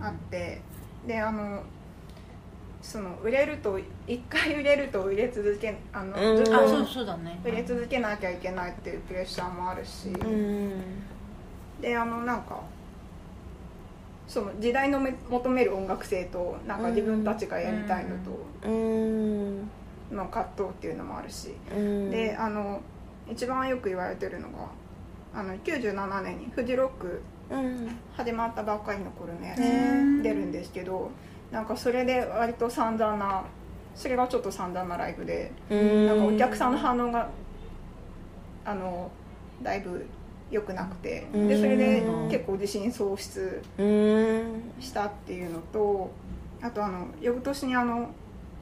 S1: ん
S3: あってであのその売れると一回売れると売れ続けあの
S2: うん
S3: ずっ
S1: あそう
S3: と
S1: そうだね
S3: 売れ続けなきゃいけないっていうプレッシャーもあるし、
S2: うん
S3: であのなんかその時代のめ求める音楽性となんか自分たちがやりたいのと
S2: うん
S3: の葛藤っていうのもあるし、
S2: うん
S3: であの一番よく言われてるのがあの97年にフジロック
S2: うん
S3: 始まったばっかりの頃のやつ
S1: うん
S3: 出るんですけどなんかそれで割と散々なそれがちょっと散々なライブでなんかお客さんの反応があのだいぶ良くなくてでそれで結構自信喪失
S2: うん
S3: したっていうのとあとあの翌年にあの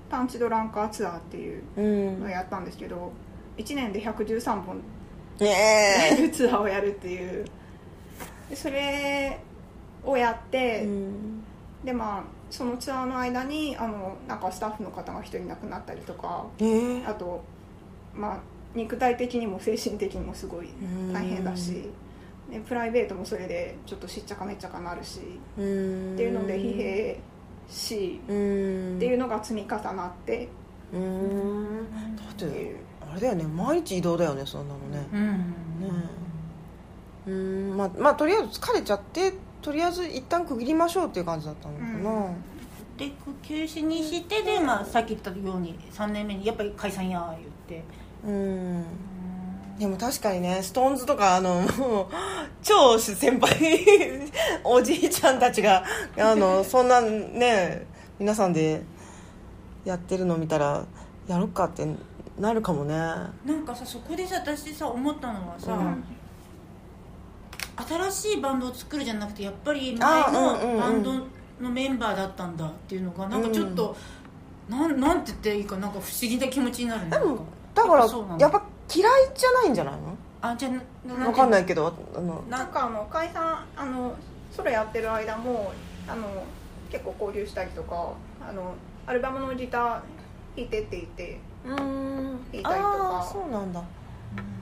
S3: パンチドランカーツアーっていう
S2: うん
S3: のをやったんですけど1年で113本ライ
S2: ね
S3: ブツアーをやるっていうでそれをやって、
S2: えうん
S3: でまあそのツアーの間にあのなんかスタッフの方が一人亡くなったりとか
S2: ね
S3: あとまあ肉体的にも精神的にもすごい大変だし、でプライベートもそれでちょっとしっちゃかめっちゃかなるし、
S2: えうん
S3: っていうので疲弊し
S2: うん
S3: っていうのが積み重なって
S2: うんだっ
S3: ってい
S2: て
S3: う
S2: あれだよね毎日移動だよねそんなのね
S1: うん
S2: ねえうんまあまあとりあえず疲れちゃってとりあえず一旦区切りましょうっていう感じだったのかな
S1: で休止にしてで、まあ、さっき言ったように3年目にやっぱり解散や言って
S2: うんでも確かにね SixTONES とかあの もう超先輩 おじいちゃんたちがあ のそんなね皆さんでやってるの見たらやろっかってなるかもね
S1: なんかさそこでさ私さ思ったのはさ、
S2: うん
S1: 新しいバンドを作るじゃなくてやっぱり前
S2: あうんう
S1: の
S2: んうん
S1: バンドのメンバーだったんだっていうのがなんかちょっと、なんなんて言っていいかなんか不思議な気持ちになるね
S2: で
S1: なん
S2: も
S1: か
S2: だから
S1: やっぱそうなんだ
S2: やっぱ嫌いじゃないんじゃないの
S1: あじゃあ
S2: わかんないいけどあの
S3: なんかあの解散あのソロやってる間もあの結構交流したりとかあのアルバムのギター弾いてって言って
S2: うん
S3: いたりとか
S2: ああーそうなんだだ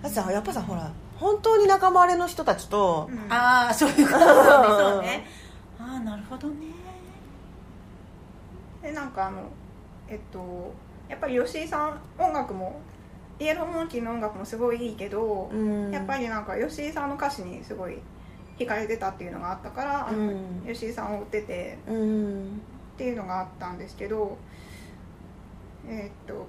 S2: ってさやっぱさほら本当に仲間割れの人たちと、
S3: あ
S1: ああそういうことそうねそうねああなるほどね
S3: でなんかあのえっとやっぱり吉井さん音楽もイエローモンキーの音楽もすごいいいけど、
S2: うん
S3: やっぱりなんか吉井さんの歌詞にすごい惹かれてたっていうのがあったから、あの
S2: うん
S3: 吉井さんを追ってて
S2: うん
S3: っていうのがあったんですけどえーっと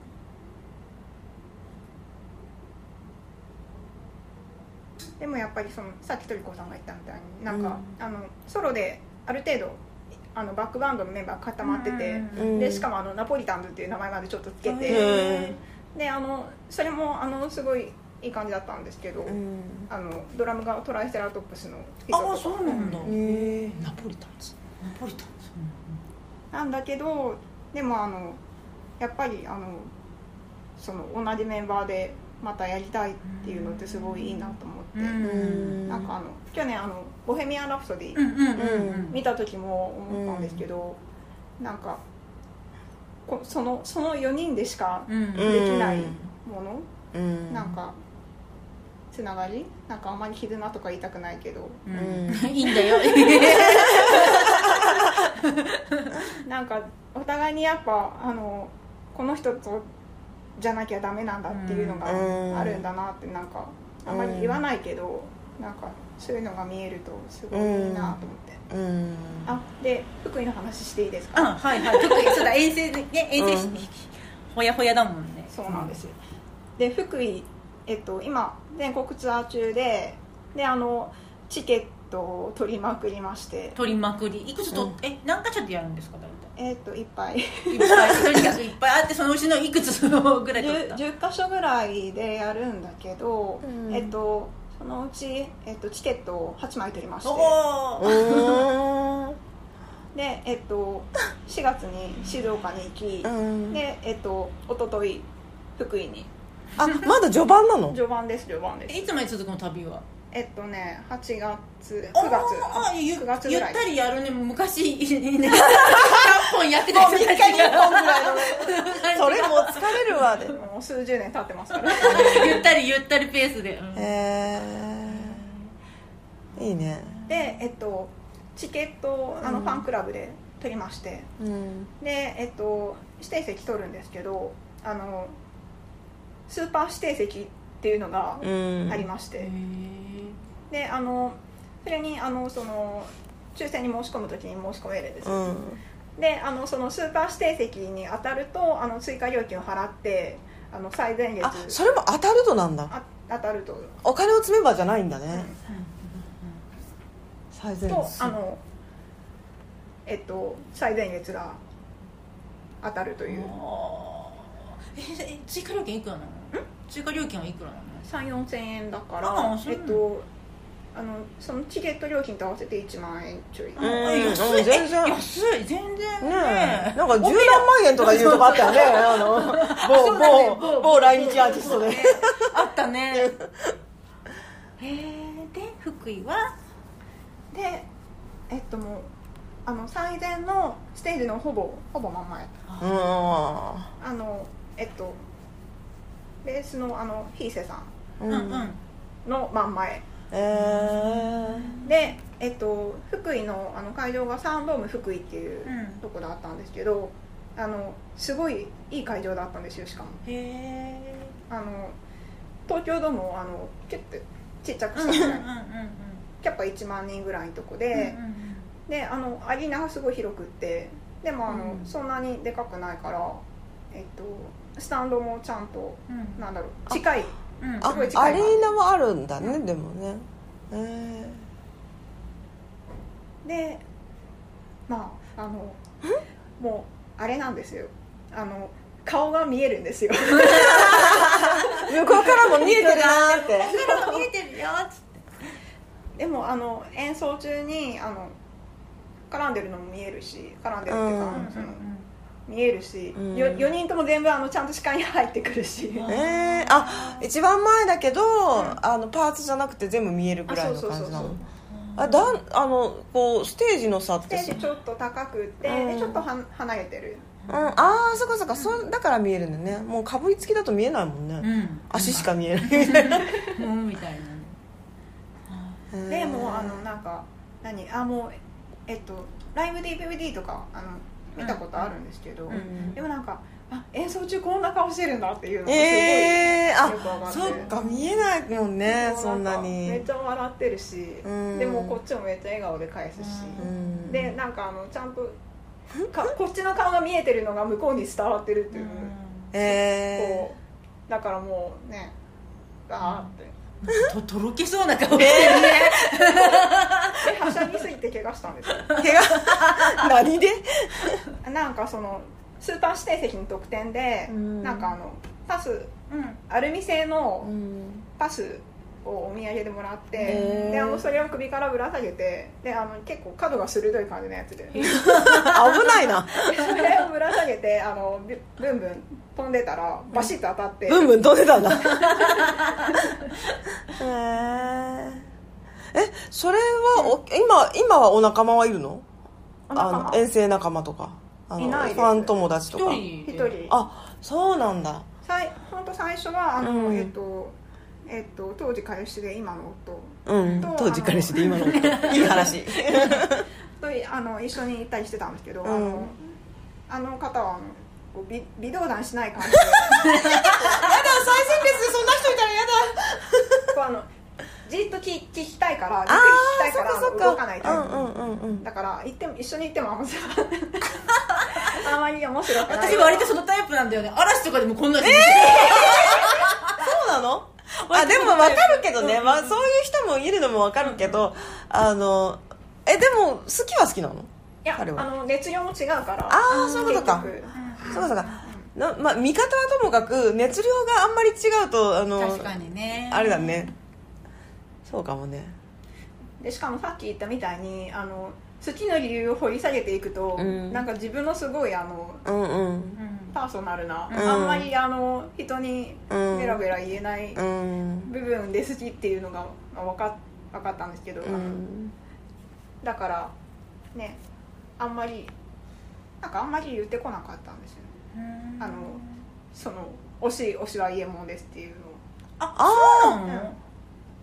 S3: でもやっぱりそのさっきとりこさんが言ったみたいになんか、あのソロである程度あのバックバンドのメンバー固まってて、
S1: うん
S3: でしかもあのナポリタンズっていう名前までちょっとつけ
S1: へ
S3: て、
S1: え
S3: であのそれもあのすごいいい感じだったんですけど、
S2: うん
S3: あのドラムがトライセラトップスの人とか
S1: ああそうなんだ、ナ
S2: へえナポリタンズ
S1: ポリタンそう
S3: なんだけどでもあのやっぱりあのその同じメンバーでまたやりたいっていうのってすごいいいなと思って、
S1: うん
S3: なんかあの去年あの「ボヘミアン・ラプソディ
S1: うんうんうんうん
S3: 見た時も思ったんですけど、なんかこそのその4人でしか
S1: うんうん
S3: できないもの、
S2: うん
S3: なんかつながりなんかあんまり絆とか言いたくないけど
S1: う
S2: うん
S1: いいんだよ
S3: なんかお互いにやっぱあのこの人とじゃなきゃダメなんだっていうの
S2: うん
S3: があるんだなってなんかあんまり言わないけどなんかそういうのが見えるとすごいいいなと思って
S2: うん
S3: あで福井の話していいです
S1: あ
S3: か
S1: はいはい特にそうだ遠征でね遠征し、
S2: うん
S1: ほやほやだもんね
S3: そうなんですよで福井、えっと、今全国ツアー中でであのチケットを取りまくりまして
S1: 取りまくりいくつと、
S2: うん
S1: え何か所でやるんですか大
S3: えっといっぱい
S1: 体いっぱいとにかくいっぱいあってそのうちのいくつぐらい取っ
S3: 10,
S1: た
S3: 10箇所ぐらいでやるんだけど、
S2: うん
S3: えっとそのうち、えっと、チケットを8枚取りまして
S1: おお
S2: うん
S3: で、えっと、4月に静岡に行き、
S2: うん
S3: で、えっと一昨日福井に
S2: あまだ序盤なの
S3: 序盤です序盤です
S1: いつまで続くの旅は
S3: えっとね8月9月
S1: あゆ
S3: 9月
S1: ゆ
S3: ぐ
S1: っ
S3: らい
S1: たりやるね昔ね3本やってた人たちが
S2: それもう疲れるわで
S3: もう数十年経ってますから
S1: ゆったりゆったりペースで、うん
S2: へえいいね
S3: でえっとチケットをあのファンクラブで取りまして
S2: うん
S3: で、えっと、指定席取るんですけどあのスーパー指定席っていうのが
S2: うん
S3: ありまして、
S1: へ
S3: であのそれにあのその抽選に申し込む時に申し込めるんです、
S2: うん
S3: であのそのスーパー指定席に当たるとあの追加料金を払ってあの最前列
S2: あそれも当たるとなんだ
S3: あ当たると、
S2: お金を積めばじゃないんだ
S3: うん
S2: ね最前
S3: と
S2: 列
S3: あのえっと最前列が当たるとい
S1: え
S3: う
S1: ええ追加料金いくらなの追加料金はいくらなの
S3: 34000円だ
S1: あ
S3: か
S1: あ
S3: ら
S1: そう
S3: え
S1: な
S3: っ
S1: の
S3: とあのそのチケット料金と合わせて1万円ちょい、
S2: ん
S1: あ安
S2: う
S1: い
S2: ん全然
S1: え安い全然
S2: ね
S1: ね
S2: えなんか10何万円とかいうとこあ ったよねあ
S1: そうだね
S2: の某某某来日アーティストで
S1: あったねへえで福井は
S3: でえっともうあの最前のステージのほぼほぼ真ん前
S2: うん
S3: あのえっとベースのあのヒーセさ
S1: うんうん
S3: んの真ん前
S2: えー
S3: でえっと福井のあの会場がサンドーム福井っていう
S1: うん
S3: とこだったんですけど、あのすごいいい会場だったんですよしかも
S1: へえ
S3: あの東京ドームをあのキュッてちっちゃく
S1: うん
S3: し
S1: うん
S3: た
S1: うんうん
S3: ぐらいキャパ1万人ぐらいのとこ
S1: う
S3: で、
S1: んうん
S3: であのアリーナがすごい広くってでもあの、
S1: うん
S3: そんなにでかくないから、えっと、スタンドもちゃんと
S1: うん
S3: なんだろう近い
S1: うんうん
S2: あ
S3: すごい近
S2: ア
S3: い
S2: リ
S3: な
S2: ーナもあるんだね、でもねえー
S3: でまああのもうあれなんですよあの顔が見えるんですよ
S2: 向こうからも見えてるなーって
S1: 空見えてるよっつって
S3: でもあの演奏中にあの絡んでるのも見えるし絡んでるっていうか、
S2: うん
S3: その見えるし、
S2: うん
S3: よ4人とも全部あのちゃんと視界に入ってくるし、
S1: うん
S2: えー、あ一番前だけど、
S3: ん
S2: あのパーツじゃなくて全部見えるぐらいの感じな
S3: あそうそうそうそ
S2: の
S3: う
S2: あだんあのこうステージの差っ
S3: ス
S2: て
S3: テージちょっと高くって、
S2: うん
S3: でちょっとは離れてる
S2: うん、ああそっかそっか、そうだから見えるんだよねもうかぶりつきだと見えないもんね、
S1: うん
S2: 足しか見えないみたいな
S1: うんみたいなね
S3: でもうあのなんか何あもうえっとライブ DVD とかあの見たことあるんですけど、
S1: うんうん
S3: でもなんかあ演奏中こんな顔してるんだっていうのがすごい、
S2: えー、
S3: よくわか
S2: あ
S3: って
S2: そっか見えないもんね
S3: もう
S2: そん
S3: か
S2: なに
S3: めっちゃ笑ってるし、
S2: うん
S3: でもこっちもめっちゃ笑顔で返すし、
S2: うん
S3: でなんかあのちゃんとかこっちの顔が見えてるのが向こうに伝わってるっていう、
S2: え
S3: こうだからもうねガーって
S1: ととろけそうな顔してるね
S3: ではしゃぎすぎて怪我したんですよ
S2: ー、怪我 何で
S3: なんかそのスーパー指定席の特典で、
S2: うん
S3: なんかあのパス
S1: うん
S3: アルミ製
S2: う
S3: の
S2: ん
S3: パスをお土産でもらって、
S2: へー
S3: であのそれを首からぶら下げてであの結構角が鋭い感じのやつでで
S2: 危ない な
S3: それをぶら下げてあのビュブンブン飛んでたらバシッと当たって、
S2: ブンブン飛んでたん だへええそれはお今今はお仲間はいるの
S3: お仲間
S2: あの遠征仲間とかあの
S3: いないです
S2: ファン友達と
S1: 一
S2: か
S1: 人
S3: 一
S1: で
S3: 人
S2: あそうなんだ
S3: さいほんと最初はあの、
S2: うん
S3: えっとえっと、当時彼氏で今の夫
S2: うん
S3: と
S2: 当時彼氏で 今の夫いい話
S3: とあの一緒に行ったりしてたんですけど、
S2: うん
S3: あのあの方はあのこう微微動だにしな い感じ
S2: 最前列でそんな人いたらやだ
S3: でこうあのじっと聞聞きたいからじっ
S2: あ
S3: く
S2: あ
S3: り聞きたいから
S2: そっか
S3: あの
S2: そ
S3: 動
S2: っ
S3: かない
S2: か
S3: タイプ、
S2: うんうんうんうん
S3: だから行っても一緒に行ってもあんま あまり面白くない
S1: 私割とそのタイプなんだよね嵐とかでもこんなのえ
S2: そうなのあでも分かるけどね、まあ、そういう人もいるのも分かるけどあのえでも好きは好きなの
S3: いやあ
S2: 彼は
S3: の熱量も違うから
S2: あーそういうことか
S3: 結局
S2: そうかそうかなまあ、見方はともかく熱量があんまり違うとあの
S1: 確かにね
S2: あれだねそうかもね
S3: でしかもさっき言ったみたいにあの好きの理由を掘り下げていくと、
S2: うん
S3: なんか自分のすごいあの
S2: うんうん
S1: うん
S3: パーソナルな、
S2: ん
S3: あんまりあの人にベラベラ言えない
S2: うん
S3: 部分で好きっていうのが、まあ、分か分かったんですけど、
S2: う
S3: あの
S2: ん
S3: だからねあんまりなんかあんまり言ってこなかったんですよね
S1: うん
S3: あのその推し推しは伊右衛門ですっていうのを
S1: あそうな
S3: うん
S1: の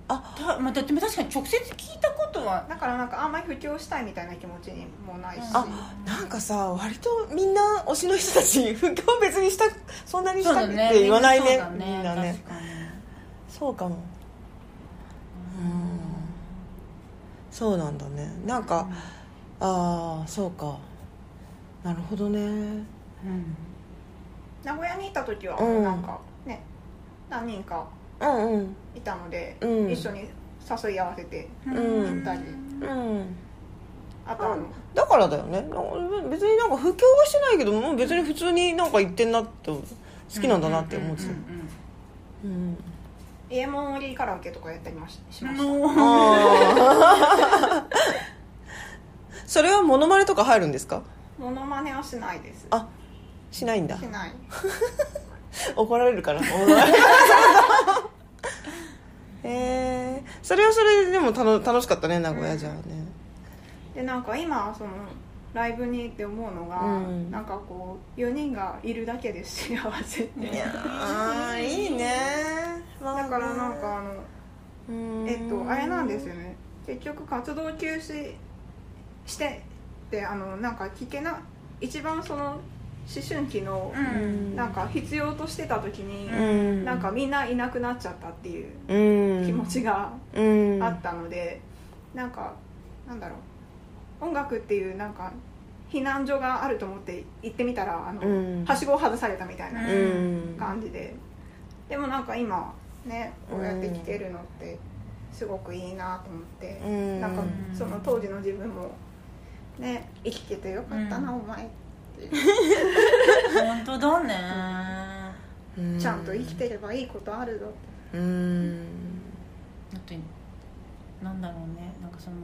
S2: あ
S1: たまあ、だって確かに直接聞いたことは
S3: だからなんかあんまり布教したいみたいな気持ちにもないし
S2: あなんかさ割とみんな推しの人たち不況別にしたそんなにしたって言わないねみんなね
S1: 確かに
S2: そうかもうんそうなんだねなんかああそうかなるほどね
S1: うん
S3: 名古屋にいた時は
S2: うん
S3: なんかね、何人か
S2: うんうん
S3: いたので、
S2: うん
S3: 一緒に誘い合わせて
S2: うん
S3: 行ったり、
S2: うん
S3: あとあの、
S2: だからだよねな別になんか不況はしてないけどもう別に普通になんか言ってんなって好きなんだなって思ってたうん
S3: イエモンリーカラオケとかやったりもししました、
S1: もう
S2: あー それはモノマネとか入るんですか
S3: モノマネはしないです
S2: あしないんだ
S3: しない
S2: 怒られる からモノマネえー、それはそれででも楽楽しかったね名古屋じゃあね
S3: でなんか今そのライブにって思うのが、
S2: うん
S3: なんかこう4人がいるだけで幸せって
S2: いやーいいねだ
S3: だからなんかあのえっとあれなんですよ
S2: ね
S3: ね結局活動休止してであのなんか聞けな一番その思春期の
S1: う、
S2: ん
S3: なんか必要としてた時に、
S2: うん
S3: なんかみんないなくなっちゃったっていう
S2: うん
S3: 気持ちが
S2: うん
S3: あったので、なんかなんだろう音楽っていうなんか避難所があると思って行ってみたらあの、
S2: うん
S3: はしごを外されたみたいな
S1: う
S2: うん
S3: 感じで、でもなんか今ねこうやって来てるのってすごくいいなと思って、
S2: うん
S3: なんかその当時の自分もね生きててよかったな、お前
S1: 本当だね
S2: うん
S3: ちゃんと生きてればいいことあるぞって
S2: うん
S1: だってなんだろうねなんかその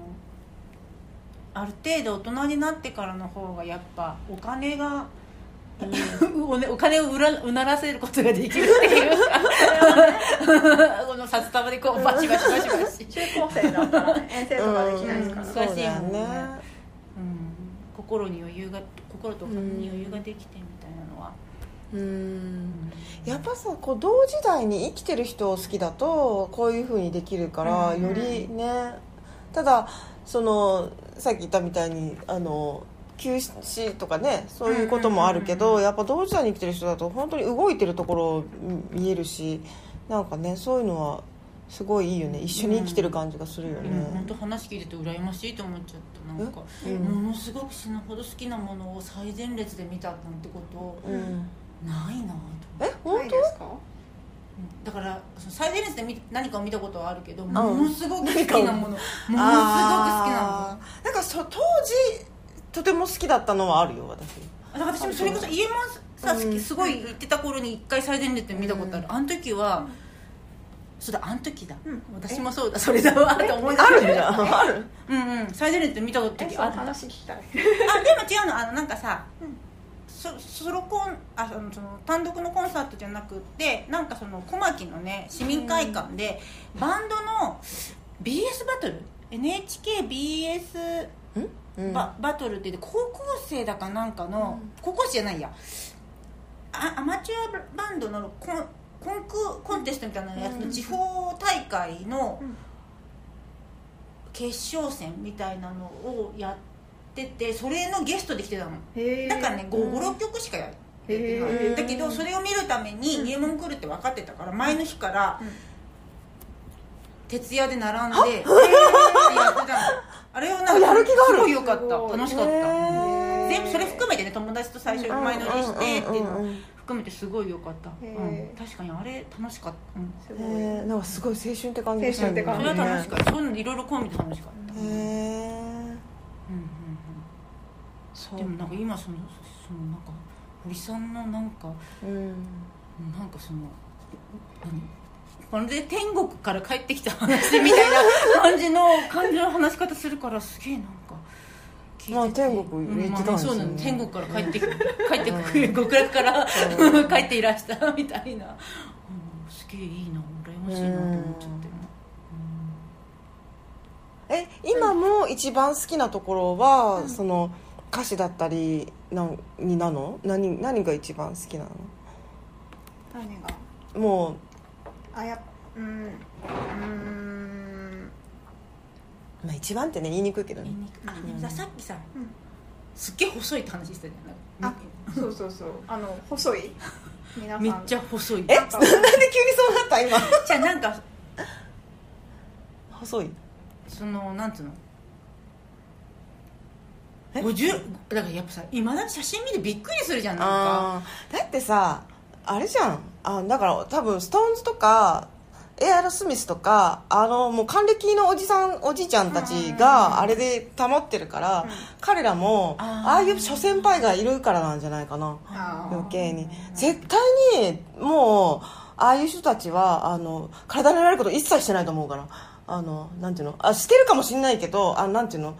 S1: ある程度大人になってからの方がやっぱお金が、 おねお金をうらうならせることができるっていうか この札束でこうバチバチバチバチ、
S3: 中高生だったらね遠征とかできないですから、
S1: うん
S2: そうだよ
S1: 難しいもん
S2: ね
S1: ねうん、心に余裕が心とお金に余裕ができてみたいなのは、
S2: うんやっぱさこう同時代に生きてる人を好きだとこういうふうにできるから
S1: うん
S2: よりねただそのさっき言ったみたいにあの休止とかねそういうこともある
S1: うん
S2: け
S1: うん
S2: どやっぱ同時代に生きてる人だと本当に動いてるところを見えるしなんかねそういうのはすごいいいよね一緒に生きてる感じがするよ
S1: うん、本
S2: ね
S1: 当話聞いてて羨ましいと思っちゃったなんか、
S2: うん
S1: ものすごく死ぬほど好きなものを最前列で見たなんてこと
S2: うん
S1: ないなと思って
S2: え
S3: な
S2: 本
S3: い
S2: 当
S3: ですか
S1: だからその最前列で見何かを見たことはあるけど、
S2: ん
S1: ものすごく好きなものものすごく好きな
S2: あーなんかそ当時とても好きだったのはあるよ私
S1: ものだから私もそれこそ家もさ、
S2: うん
S1: すごい行ってた頃に一回最前列で見たことある、あの時はそうだあの時だ、
S3: うん
S1: 私もそうだそれだわって思い出
S2: あるん
S1: して
S2: だある
S1: うんうん最前列で見た
S3: え
S1: 時
S3: そ
S1: あ
S3: の
S1: った
S3: 話聞きたい
S1: あでも違うのあのなんかさ、
S3: うん
S1: そソロコンあそのその単独のコンサートじゃなくってなんかその小牧のね市民会館で、バンドの BS バトル NHKBS
S2: うん
S1: バ,、バトルって言って高校生だかなんかの、高校生じゃないやあアマチュアバンドのコンコンクコンテストみたいなやつ
S2: う
S1: の
S2: ん
S1: 地方大会の
S3: うん
S1: 決勝戦みたいなのをやっててそれのゲストで来てたの
S3: へー
S1: だからね
S2: うん
S1: 56曲しかやってない、
S2: へー
S1: だけどそれを見るために入門来るって分かってたから前の日から
S3: うん
S1: 徹夜で並んで、やってたのあれをなん
S2: あやる気があ
S1: す
S2: る
S1: ごいよかった
S3: すごい
S1: 楽しかった、
S2: へー
S1: 全部それ含めてね友達と最初に前乗りしてっていうのを含めてすごい良かった、
S3: へ
S1: うん
S3: ー、
S1: 確かにあれ楽しかった、うん
S3: す
S2: へ
S3: ごい、
S2: えなんかすごい青春って感じがしたんだよ
S3: 青
S1: そ
S3: 春
S1: れ
S3: っ
S1: は楽
S3: て感
S1: しかった、そういうのいろいろ込みで楽しかった、
S2: へえ
S1: うんうんうん、
S2: そう
S1: でもなんか今そのそのなんか堀さんのなんか
S2: うん
S1: なんかその何まるで天国から帰ってきた話みたいな感じの感じの話し方するからすげえなんか聞いてて
S2: まあ天国行ってたんです
S1: まあそ
S2: よね
S1: うなの天国から帰って き帰ってくる極楽から
S2: うん
S1: 帰っていらしたみたいな、うんすげえいいな羨ましいなと思っちゃってる
S2: え今も一番好きなところは、その歌詞だったりなんになの何何が一番好きなの
S3: 何が
S2: も
S3: あやうんうーん
S2: まあ、一番ってね言いにくいけどね
S1: 言いにくいあでもささっきさ、
S3: うん
S1: すっげえ細いって話してたじゃんなん
S3: あ
S1: か
S3: そうそうそうあの細い皆さん
S1: めっちゃ細い
S2: え
S3: な
S2: なんん
S3: か
S2: で急にそうなった今
S1: じゃあなんか
S2: 細い
S1: そのなんつうの
S2: え
S1: 50だからやっぱさいまだに写真見てびっくりするじゃんなんか
S2: あーだってさあれじゃんあだから多分ストーンズとかエアロスミスとかあのもう還暦のおじさんおじいちゃんたちがあれで保ってるから、
S3: うん
S2: 彼らも
S1: あー
S2: ああいう諸先輩がいるからなんじゃないかな
S3: あー
S2: 余計に絶対にもうああいう人たちはあの体になれること一切してないと思うからあのなんていうのあしてるかもしれないけどあなんていうの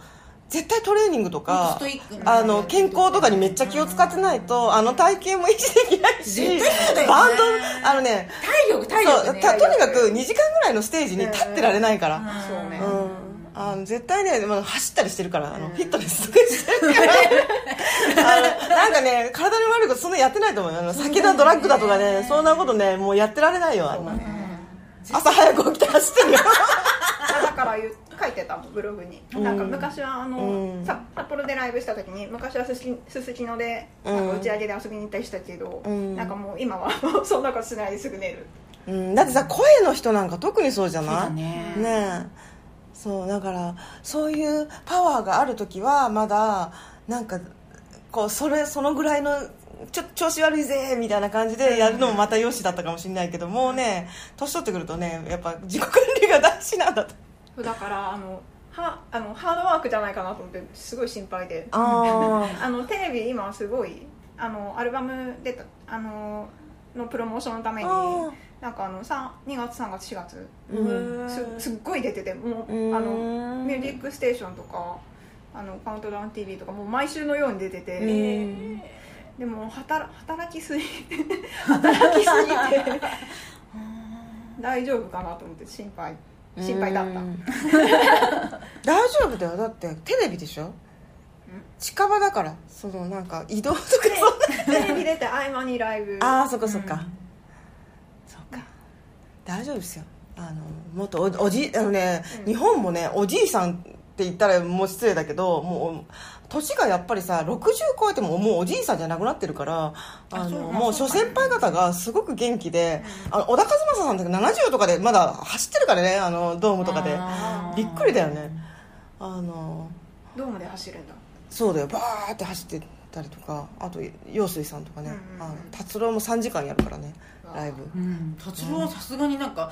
S2: 絶対トレーニングと
S1: もっ
S2: か
S1: とストイックに
S2: あの健康とかにめっちゃ気を使ってないとあの体型も維持できないし
S1: 絶対そうだよね
S2: バンドあのね
S1: 体力体
S2: そ
S1: 力
S2: う
S1: ね
S2: たとにかく2時間ぐらいのステージに立ってられないから、
S3: そうね
S2: うんあの絶対ね、まあ、走ったりしてるからあの、フィットネスとかしてるからあのなんかね体に悪いことそんなやってないと思うよあの酒だドラッグだとかねそんなことねもうやってられないよあんな朝早く起きて走ってるよ
S3: あだから言う書いてたもんブログに、なんか昔はあの、
S2: うん
S3: さ札幌でライブした時に昔はすすきすすきのでなんか打ち上げで遊びに行ったりしたけど、
S2: うん
S3: なんかもう 今はそんなことしないですぐ寝る
S2: うん、だってさ声の人なんか特にそうじゃ
S1: そう
S2: な
S1: だ
S2: い
S1: ね
S2: ねえそうだからそういうパワーがある時はまだなんかこうそれそのぐらいのちょ調子悪いぜみたいな感じでやるのもまたよしだったかもしれないけどもうね年取ってくるとねやっぱ自己管理が大事なんだと
S3: そうだからあのはあのハードワークじゃないかなと思ってすごい心配で
S2: あ
S3: あのテレビ今すごいあのアルバム出たあののプロモーションのために
S2: あー
S3: なんかあのさ2月3月4月
S2: うん
S3: すすっごい出ててもう
S2: うん
S3: あの「ミュージックステーション」とか「あのカウントダウン t v とかもう毎週のように出てて、
S2: うん
S3: でも働働きすぎて 働きすぎ て大丈夫かなと思って心配心配 だった
S2: うん大丈夫だよだってテレビでしょ近場だからそのなんか移動とかそんな
S3: テレビ出て合間にライブ
S2: ああそっかそっか、
S1: うん
S2: そっか大丈夫ですよあのもっとおおじあのね、日本もねおじいさんって言ったらもう失礼だけどもう年がやっぱりさ60超えてももうおじいさんじゃなくなってるからあ
S1: そう
S2: の
S1: まあ
S2: もう
S1: そう
S2: 諸
S1: かね
S2: 先輩方がすごく元気で、あの小田和正さんとか70とかでまだ走ってるからねあのドームとかで
S1: あー
S2: びっくりだよねあの
S3: ドームで走るんだ
S2: そうだよバーって走ってたりとかあと陽水さんとかね、
S3: うんうんうん
S2: あの達郎も3時間やるからね
S3: わあ
S2: ライブ
S1: うん達郎はさすがになんか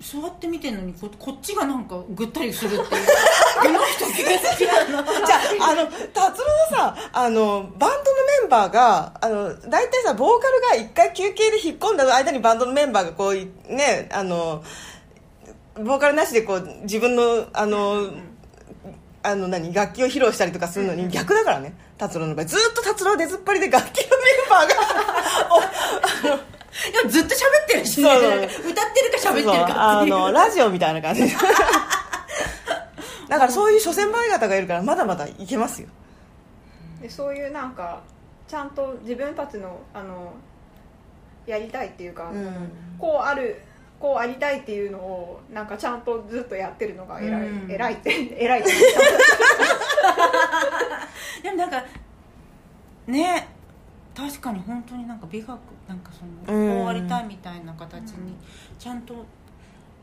S1: 座って見てるのにここっちがなんかぐったりする っていうこの人好きなの
S2: じゃああの達郎はさあのバンドのメンバーがあの大体さボーカルが一回休憩で引っ込んだ間にバンドのメンバーがこういねあのボーカルなしでこう自分のあのあの何楽器を披露したりとかするのに逆だからね達郎の場合ずっと達郎は出ずっぱりで楽器のメンバーがお
S1: でもずっと喋ってるし、ね、
S2: そうそう
S1: なんか歌ってる か喋ってる
S2: そう
S1: かっ
S2: あ
S1: ていう
S2: のラジオみたい な感じだからそういう諸先輩方がいるからまだまだいけますよ
S3: でそういうなんかちゃんと自分たちのあのやりたいっていうか、
S2: うん
S3: こうあるこうありたいっていうのをなんかちゃんとずっとやってるのが偉い、
S1: うん
S3: 偉いって 偉いって
S1: でもなんかね確かに本当になんか美学なんかその、
S2: うん
S1: こうありたいみたいな形にちゃんとや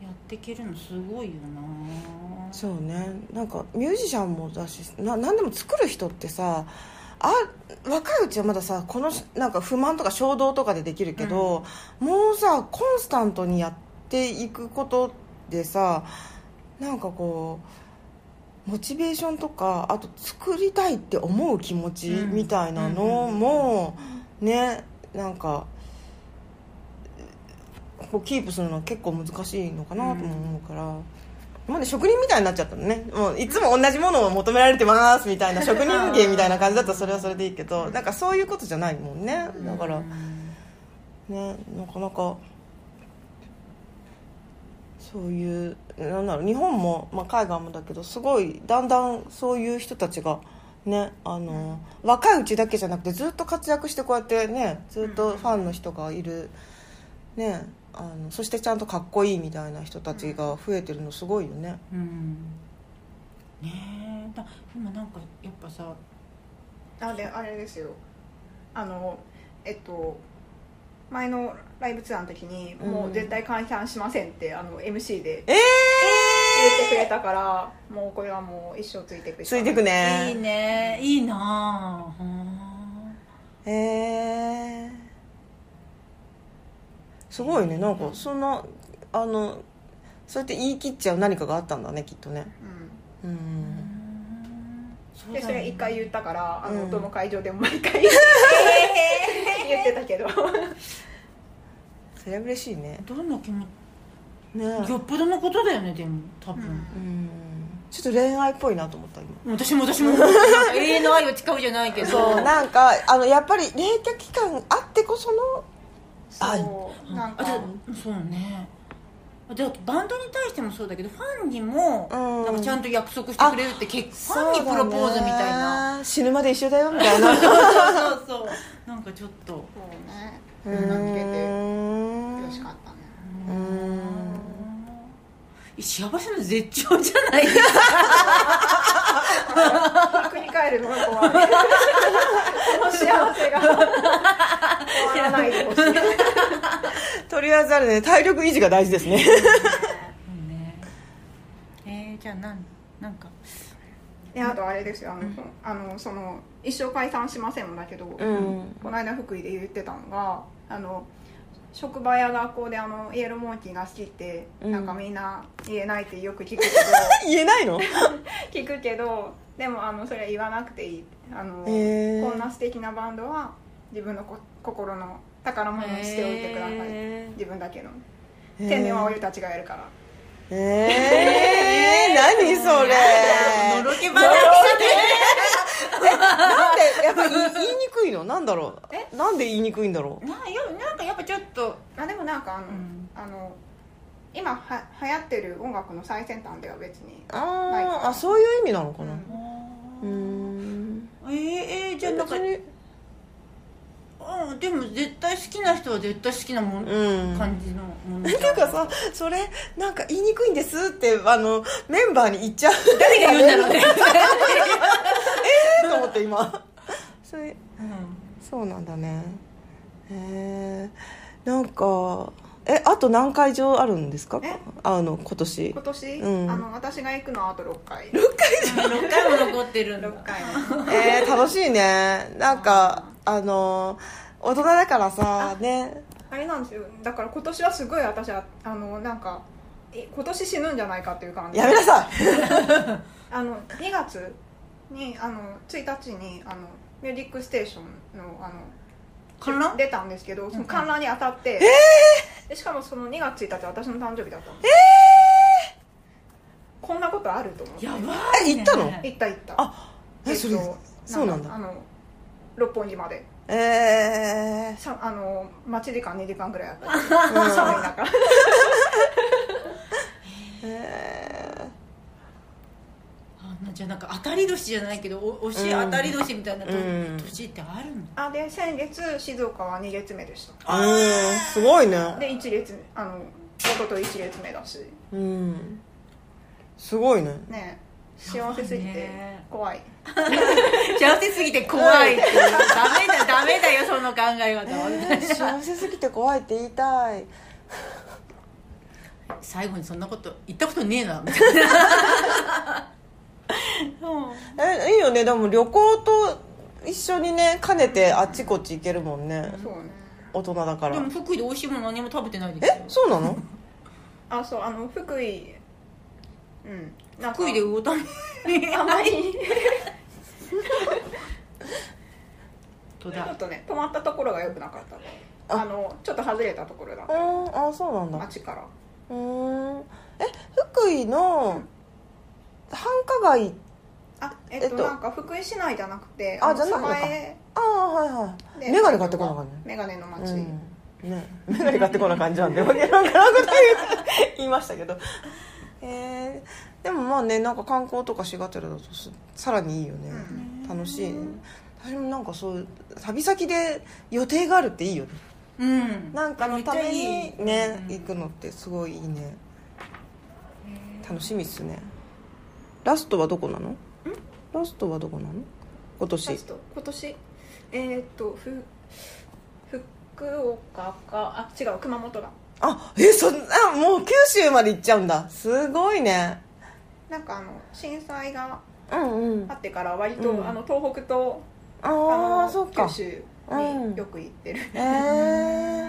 S1: っていけるのすごいよな
S2: そうねなんかミュージシャンもだしな何でも作る人ってさあ若いうちはまださこのなんか不満とか衝動とかでできるけど、もうさコンスタントにやっていくことでさなんかこうモチベーションとかあと作りたいって思う気持ち
S1: うん
S2: みたいなのも、ねなんかこうキープするのは結構難しいのかなとも思うから。もうね職人みたいになっちゃったのねもういつも同じものを求められてますみたいな職人芸みたいな感じだったらそれはそれでいいけどなんかそういうことじゃないもんねだからねなかなかそういうなんだろう日本も、まあ、海外もだけどすごいだんだんそういう人たちがねあの、若いうちだけじゃなくてずっと活躍してこうやってねずっとファンの人がいる、ねあのそしてちゃんとかっこいいみたいな人たちが増えてるのすごいよね。
S1: うんねえだ今なんかやっぱさ
S3: あであれですよあのえっと前のライブツアーの時に
S2: うん
S3: もう絶対解散しませんってあの MC で
S2: ええ
S3: 言ってくれたからもうこれはもう一生ついてく
S2: ついてく
S1: い
S2: ね
S3: ね
S1: いねいいなあうん
S2: ええすごいねなんかそんなあのそうやって言い切っちゃう何かがあったんだねきっとねう
S1: うんん
S3: う
S1: そ
S3: ん
S1: うだ
S3: で
S1: よね
S3: それ一回言ったからあの、
S2: うん
S3: どの会場でも毎回言ってたけど
S2: それは嬉しいね
S1: どんな気持
S2: ね
S1: ちよっぽどのことだよねでも多分、
S3: うん
S2: うんちょっと恋愛っぽいなと思った今
S1: 私も私も 永遠の愛を誓うじゃないけど
S2: そうなんかあのやっぱり冷却期間あってこそのあ
S3: そうなんか
S1: あでそうねでバンドに対してもそうだけどファンにも
S2: うん
S1: なんかちゃんと約束してくれるって結ファンにプロポーズみたいな
S2: な死ぬまで一緒だよみたいな
S1: そうそうそうなんかちょっと
S3: そうね
S2: う
S3: みんな聞けて
S2: ー
S3: よ
S2: ん
S3: しかったね
S1: う
S2: ーん
S1: 幸せの絶頂じゃないですか
S3: 繰り返るのが怖いこの幸せが終わらないでほしい
S2: とりあえずあれね体力維持が大事ですね
S1: うんねえー、じゃあなんなんか
S3: であとあれですよあの,、あのその一生解散しませんもだけど、
S2: ん
S3: この間福井で言ってたのがあの職場や学校であのイエローモンキーが好きって、
S2: うん
S3: なんかみんな言えないってよく聞く
S2: 言 えないの
S3: けど聞くけどでもあのそれは言わなくていいあの、
S2: へー
S3: こんな素敵なバンドは自分のこ心の宝物にしておいてください、
S1: へー
S3: 自分だけの天然は俺たちがやるから
S2: えー、えー、何 それ
S1: のろけ話だね
S2: なんでやっぱり言い言いにく いのなんだろうなんで言いにくいんだろう
S1: ないやなんかやっぱちょっと
S3: あでもなんかあの,、
S1: ん
S3: あの今は流行ってる音楽の最先端では別にない
S2: あ
S3: か
S2: ー
S3: ら
S2: あそういう意味なのかな
S3: う
S2: うん
S1: え
S2: ーん
S1: ー、えー、じゃあなんか
S2: 別に
S1: うん、でも絶対好きな人は絶対好きなもん、
S2: うん
S1: 感じのもの
S2: ていうかさそれなんか言いにくいんですってあのメンバーに言っちゃう
S1: 誰が言うんだろう ね、
S2: と思って今それ
S1: う
S2: そうなんだねへえなんかえあと何会場あるんですか
S3: え
S2: あの今年
S3: 今年、
S2: うん
S3: あの私が行くのはあと6回
S1: ん、6回も残ってるんだ
S3: 6回
S2: えー、楽しいねなんかあの大人だからさね
S3: あれなんですよだから今年はすごい私はあのなんかえ今年死ぬんじゃないかっていう感じ
S2: やめなさ い
S3: あの2月にあの1日にあのミュージックステーションのあの
S1: 観覧
S3: 出たんですけどその観覧に当たって、でしかもその2月1日私の誕生日だったのえこんなことあると思って
S1: やば
S2: え
S1: い、
S2: 行
S1: ね、
S2: ったの
S3: 行った行った
S2: あえそれ
S3: と
S2: そうなんだ
S3: あの六本木まで
S2: え
S3: さあの待ち時間2時間ぐらいあった
S2: ーうん
S3: 寒い中
S2: え
S1: あなんじゃあなんか当たり年じゃないけどお推し
S2: うん
S1: 当たり年みたいなと、
S2: うん
S1: 年ってあるの
S3: あで先月静岡は2列目でし
S2: ー、うんすごいね
S3: たで1列あのことと1列目だし
S2: うんすごい ね
S3: ね幸せすぎて怖い
S1: 幸せすぎて怖いっていうダメ だダメだよその考え方は、
S2: えー幸せすぎて怖いって言いたい
S1: 最後にそんなこと言ったことね えなみたいなそう
S2: えいいよねでも旅行と一緒にね兼ねてあっちこっち行けるもんね
S3: そうね
S2: 大人だか
S1: で
S2: ら
S1: も福井で美味しいもの何も食べてないですよ
S2: えそうなの
S3: あそうあの福井うんなんか
S1: 福井で魚ため
S3: あまり
S1: と
S3: ちょ
S1: だ
S3: っとね泊まったところが良くなかった
S2: あ
S3: あのちょっと外れたところだっ
S2: う
S3: た
S2: んあそうなんだ
S3: 街から
S2: うーんえ福井の繁華街
S3: あえっと,、
S2: えっと
S3: なんか福井市内じゃなくて
S2: あ
S3: の
S2: じゃなくてか
S3: 栄
S2: ああはいはい
S3: で
S2: 眼鏡買ってこなかっ
S3: メガネの
S2: た
S3: 街、
S2: ねうん ね眼鏡買ってこな感じなんでわけわからんこと言う 言いましたけどえー、でもまあねなんか観光とかしがてらだとすさらにいいよね、
S3: う
S2: 楽しいね私もなんかそういう旅先で予定があるっていいよね
S1: うん
S2: なんかのために
S1: めっちゃ
S2: ね
S1: いい
S2: 行くのってすごいいいね楽しみっすねラストはどこなのラストはどこなの今年
S3: ラスト今年えーっとふ福岡かあ違う熊本だ
S2: あえそんなもう九州まで行っちゃうんだすごいね
S3: なんかあの震災が
S2: うんうん
S3: あってから割と、
S2: うん
S3: あの東北と
S2: あ
S3: の
S2: あそっか
S3: 九州によく 行ってる、
S2: えー、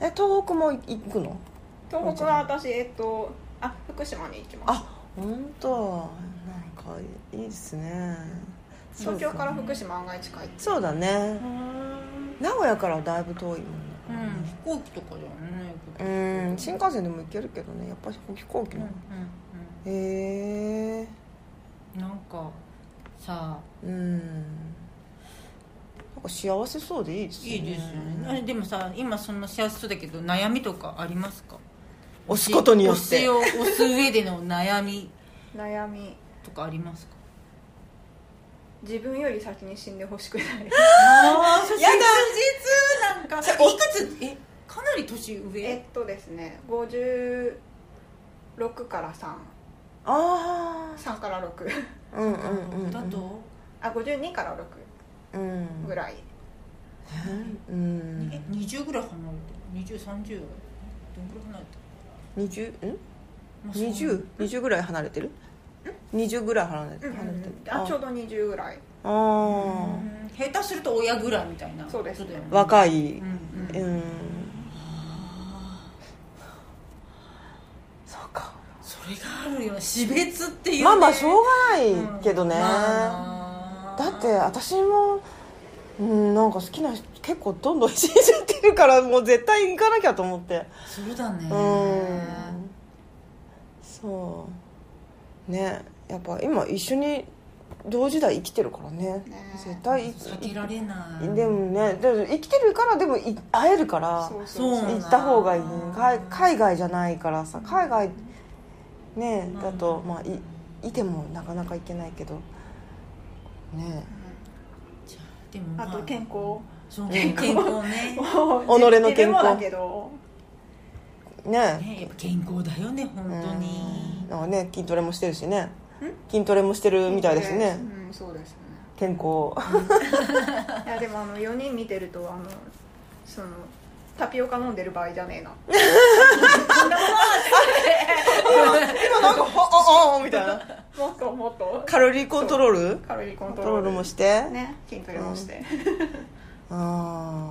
S2: え東北も行くの
S3: 東北は私えっとあ福島に行きます
S2: あ本当なんかいいですね
S3: 東京から福島案外近い
S2: そうだね名古屋からはだいぶ遠いもんね
S1: うん、飛行機とかじゃね
S2: う
S1: うん
S2: ん新幹線でも行けるけどねやっぱ飛行飛行機
S1: うん
S2: な
S1: う
S2: の
S1: ん
S2: へえ
S1: うんなんかさ
S2: うんなんか幸せそうでいいですね
S1: いいですよねあれでもさ今その幸せそうだけど悩みとかありますか
S2: 押すことによっ
S1: 推してを押す上での悩み
S3: 悩み
S1: とかありますか
S3: 自分より先に死んでほ しくない
S1: ああ
S2: やだ
S1: 切なんかいくつえかなり年
S3: えっ
S1: 上
S3: とですね56から
S2: あ
S3: 33から6
S2: あうんうんうんうん
S1: だと
S3: あ52から
S2: うん
S3: 6ぐらい
S2: うん
S1: え20ぐらい離れてる2030ぐらいどんぐらい離れて
S2: 20ん
S1: るまあそう
S2: 20 20ぐらい離れてる20ぐらい離れて
S3: う
S2: る
S3: んうん
S2: 離れてる
S3: うんあちょうど20ぐらい
S2: あ
S1: う
S2: ー
S1: ん下手すると親ぐらいみたいな
S3: そうです
S1: ことだよね
S2: 若い
S1: うんうん
S2: うんそうか
S1: それがあるよ死別っていうね
S2: まあまあしょうがないけどね
S1: うん
S2: だ
S1: まあ
S2: って私もうんなんか好きな人結構どんどん死んじゃってるからもう絶対行かなきゃと思って
S1: そうだね
S2: うんそうねやっぱ今一緒に同時代生きてるからね
S3: ね
S2: 絶対い
S1: 避けられない
S2: でもねでも生きてるからでもい会えるから
S3: そう
S1: そう
S2: 行った方がいい海海外じゃないからさ海外ね
S1: うん
S2: だとまあいいてもなかなか行けないけどね
S1: でも、ま
S3: あと健康
S1: そう
S2: 健
S1: 健
S2: 康
S1: 康ね
S2: 己の健康
S3: 自分もだけど
S2: ね
S1: ねやっぱ健康だよね本当
S2: うん
S1: に
S2: なんかね筋トレもしてるしね筋トレもしてるみたいですね
S3: うんそうですね
S2: 健康
S3: いやでもあの4人見てるとあのそのタピオカ飲んでる場合じゃねえな
S2: 今なんか「あああ」みたいな
S3: もっともっと
S2: カロリーコントロール
S3: カロリーコ
S2: コ
S3: ン
S2: ン
S3: ト
S2: ト
S3: ロ
S2: ロ
S3: ー
S2: ー
S3: ル
S2: ルもして
S3: ね筋トレもして、
S2: ああ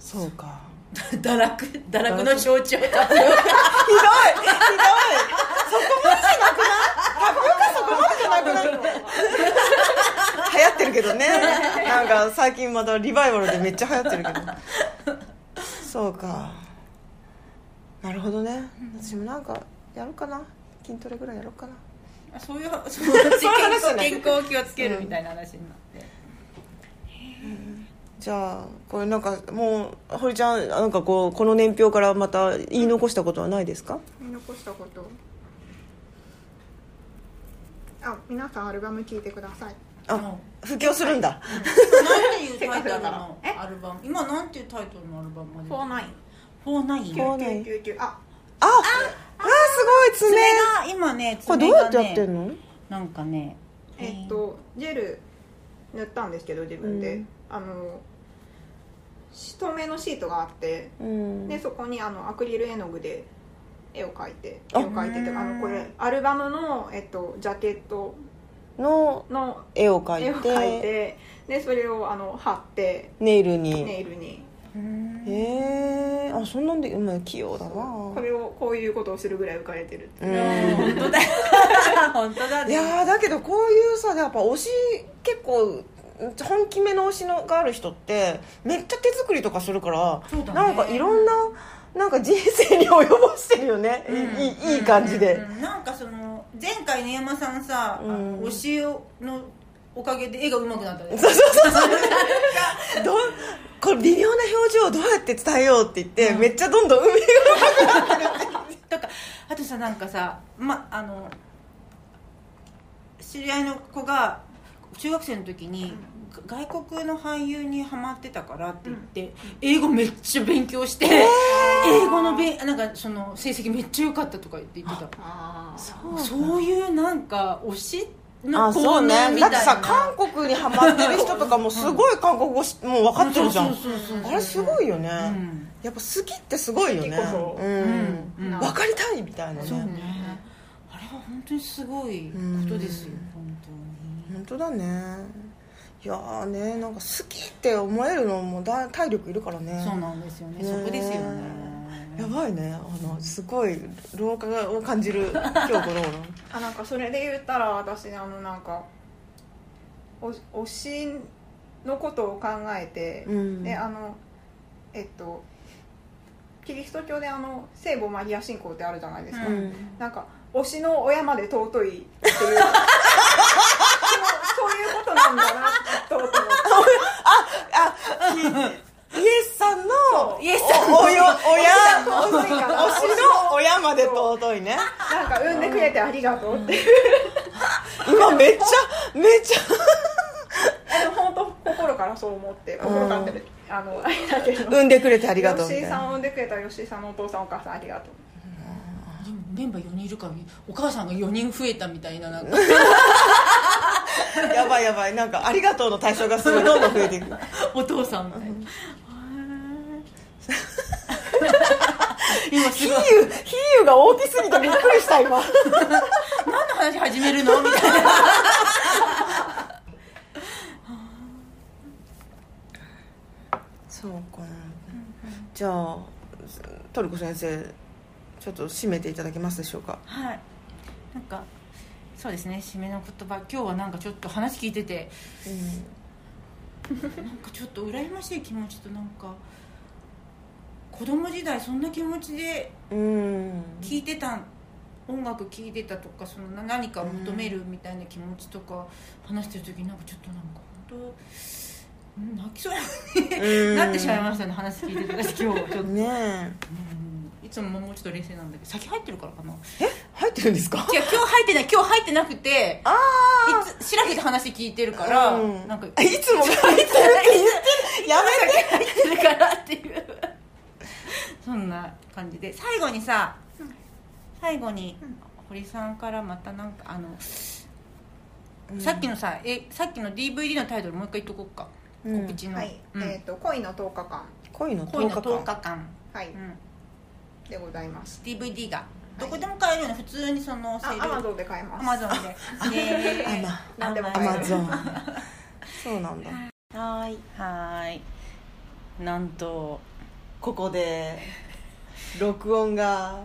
S2: そうか
S1: 堕落堕落の象徴だ
S2: ひどいひどいそこまでじゃなくないタピオカそこまでじゃなくない流行ってるけどねなんか最近またリバイバルでめっちゃ流行ってるけどそうかなるほどね私もなんかやろうかな筋トレぐらいやろうかな
S1: そういうそういう
S2: 話じゃない
S1: 健康を気をつけるみたいな話になって
S2: じゃあこれなんかもう堀ちゃんなんかこうこの年表からまた言い残したことはないですか
S3: 見残したことあ皆さんアルバム聴いてください
S2: あ布教するんだ
S1: 何ていうタイトルの
S3: え
S1: アルバム今なんていうタイトルのアルバムまで
S3: 4999
S1: 49
S2: そうね
S3: あ
S2: ああす
S1: 爪
S2: ごい爪
S1: が今ね
S2: これど
S1: 爪
S2: うや
S1: が
S2: ってやって
S1: ね
S2: んの
S1: なんかね
S3: えっとジェル塗ったんですけど自分で、
S2: うん
S3: あの透明のシートがあって
S2: うん
S3: でそこにあのアクリル絵の具で絵を描いて絵
S2: あ
S3: を描いてというかあのこれアルバムの、えっと、ジャケット
S2: の
S3: の
S2: 絵を描
S3: 絵を
S2: いて
S3: 描いてでそれをあの貼って
S2: ネイルに、
S3: ネイルに
S1: うん
S2: へえあそんなんでうまい器用だな
S3: これをこういうことをするぐらい浮かれてるって
S2: う
S1: うん
S2: ん
S1: 本当だ 本当だ
S2: い
S1: ね
S2: やーだけどこういうさやっぱ推し結構本気めの推しのがある人ってめっちゃ手作りとかするから、
S1: そうだね
S2: なんかいろんななんか人生に及ぼしてるよね、
S1: うん
S2: いいいい感じで、
S1: うんうんうんなんかその前回ね山さんさ、あ
S2: うん
S1: の推しのおかげで絵が上手くなったね
S2: そうそうそうそうどうこれ微妙な表情をどうやって伝えようって言って、
S1: うん
S2: めっちゃどんどん海が
S1: とかあとさなんかさまあの知り合いの子が中学生の時に外国の俳優にハマってたからって言って、英語めっちゃ勉強して、英語のべんなんかその成績めっちゃ良かったとか言って言って
S3: あー
S1: たそういうなんか推しの
S2: あそう
S1: 能
S2: ね
S1: み
S2: だ
S1: た
S2: っ
S1: い
S2: て
S1: な
S2: さ韓国にハマってる人とかもすごい韓国語しもう分かってるじゃん
S1: そうそうそうそう
S2: あれすごいよ
S1: う
S2: ね、
S1: ん
S2: やっぱ好きってすごいよね
S3: 好きこそ
S2: うん
S1: うん
S3: な
S2: 分かりたいみたいなね
S1: そうねあれは本当にすごいことですよ本当に
S2: 本当だねいやーねなんか好きって思えるのもだ体力いるからね
S1: そうなんですよねそ
S2: ね
S1: こですよね
S2: やばいねあのすごい老化を感 じる今日この頃
S3: あなんかそれで言ったら私あのなんかお推しのことを考えて、
S2: うん
S3: であのえっとキリスト教であの聖母マリア信仰ってあるじゃないですか、
S1: うん
S3: なんか推しの親まで尊いっていうでもそういうことなんだなと思って
S2: イエスさんの
S1: イエスさん
S2: おおよ親
S3: 親尊いから
S2: 推しの親まで尊いね
S3: なんか産んでくれてありがとうって
S2: 今めっちゃめっちゃ
S3: でも本当心からそう思って心からってあのあれだけど
S2: 産んでくれてありがとうみ
S3: 吉
S2: た
S3: 井
S2: い
S3: さんを
S2: な
S3: 産んでくれた吉井さんのお父さんお母さんありがとう
S1: でもメンバー4人いるからお母さんが4人増えたみたいななんか
S2: やばいやばいなんかありがとうの対象がすごいどんどん増えてい く
S1: お父さんみたいな今す
S2: 比
S1: ごい
S2: 喩比喩が大きすぎてびっくりした 今
S1: 何の話始めるのみたいな
S2: そうかな、じゃあトルコ先生ちょっと締めていただけますでしょうか
S1: はいなんかそうですね締めの言葉今日はなんかちょっと話聞いててなんかちょっと羨ましい気持ちとなんか子供時代そんな気持ちで
S2: うん
S1: 聴いてた音楽聴いてたとかそのな何かを求めるみたいな気持ちとか話してる時になんかちょっとなんか本当ん泣きそうになってしまいましたね話聞いてた私今日ちょっと、うん
S2: ねえ
S1: いつももうちょっと冷静なんだけど先入ってるからかな
S2: 入ってるんで すか
S1: 違う今日入ってない今日入ってなくて
S2: あ
S1: いつ白けて話聞いてるから、
S2: うん
S1: なんか
S2: あいつも入ってるって言ってやめて
S1: 入ってるからっていうそんな感じで最後にさ、最後に堀さんからまたなんかあの、さっきのさえさっきの DVD のタイトルもう一回言っとこうか、
S2: うん
S1: 告知の、
S3: はい、
S1: うん
S3: えっ、と恋の10日間
S2: 恋の
S1: 恋の
S2: 10日間
S1: 10日間、
S3: はい、
S1: うん、
S3: でございます
S1: DVD がどこでも買えるよね普通にそのセ
S3: あ
S1: ール
S3: アマゾンで買えます
S1: アマゾンでねえ
S3: アマなんでも
S2: ア
S3: 買える
S2: マゾンそうなんだ
S1: はーいはーいなんと
S2: ここで録音が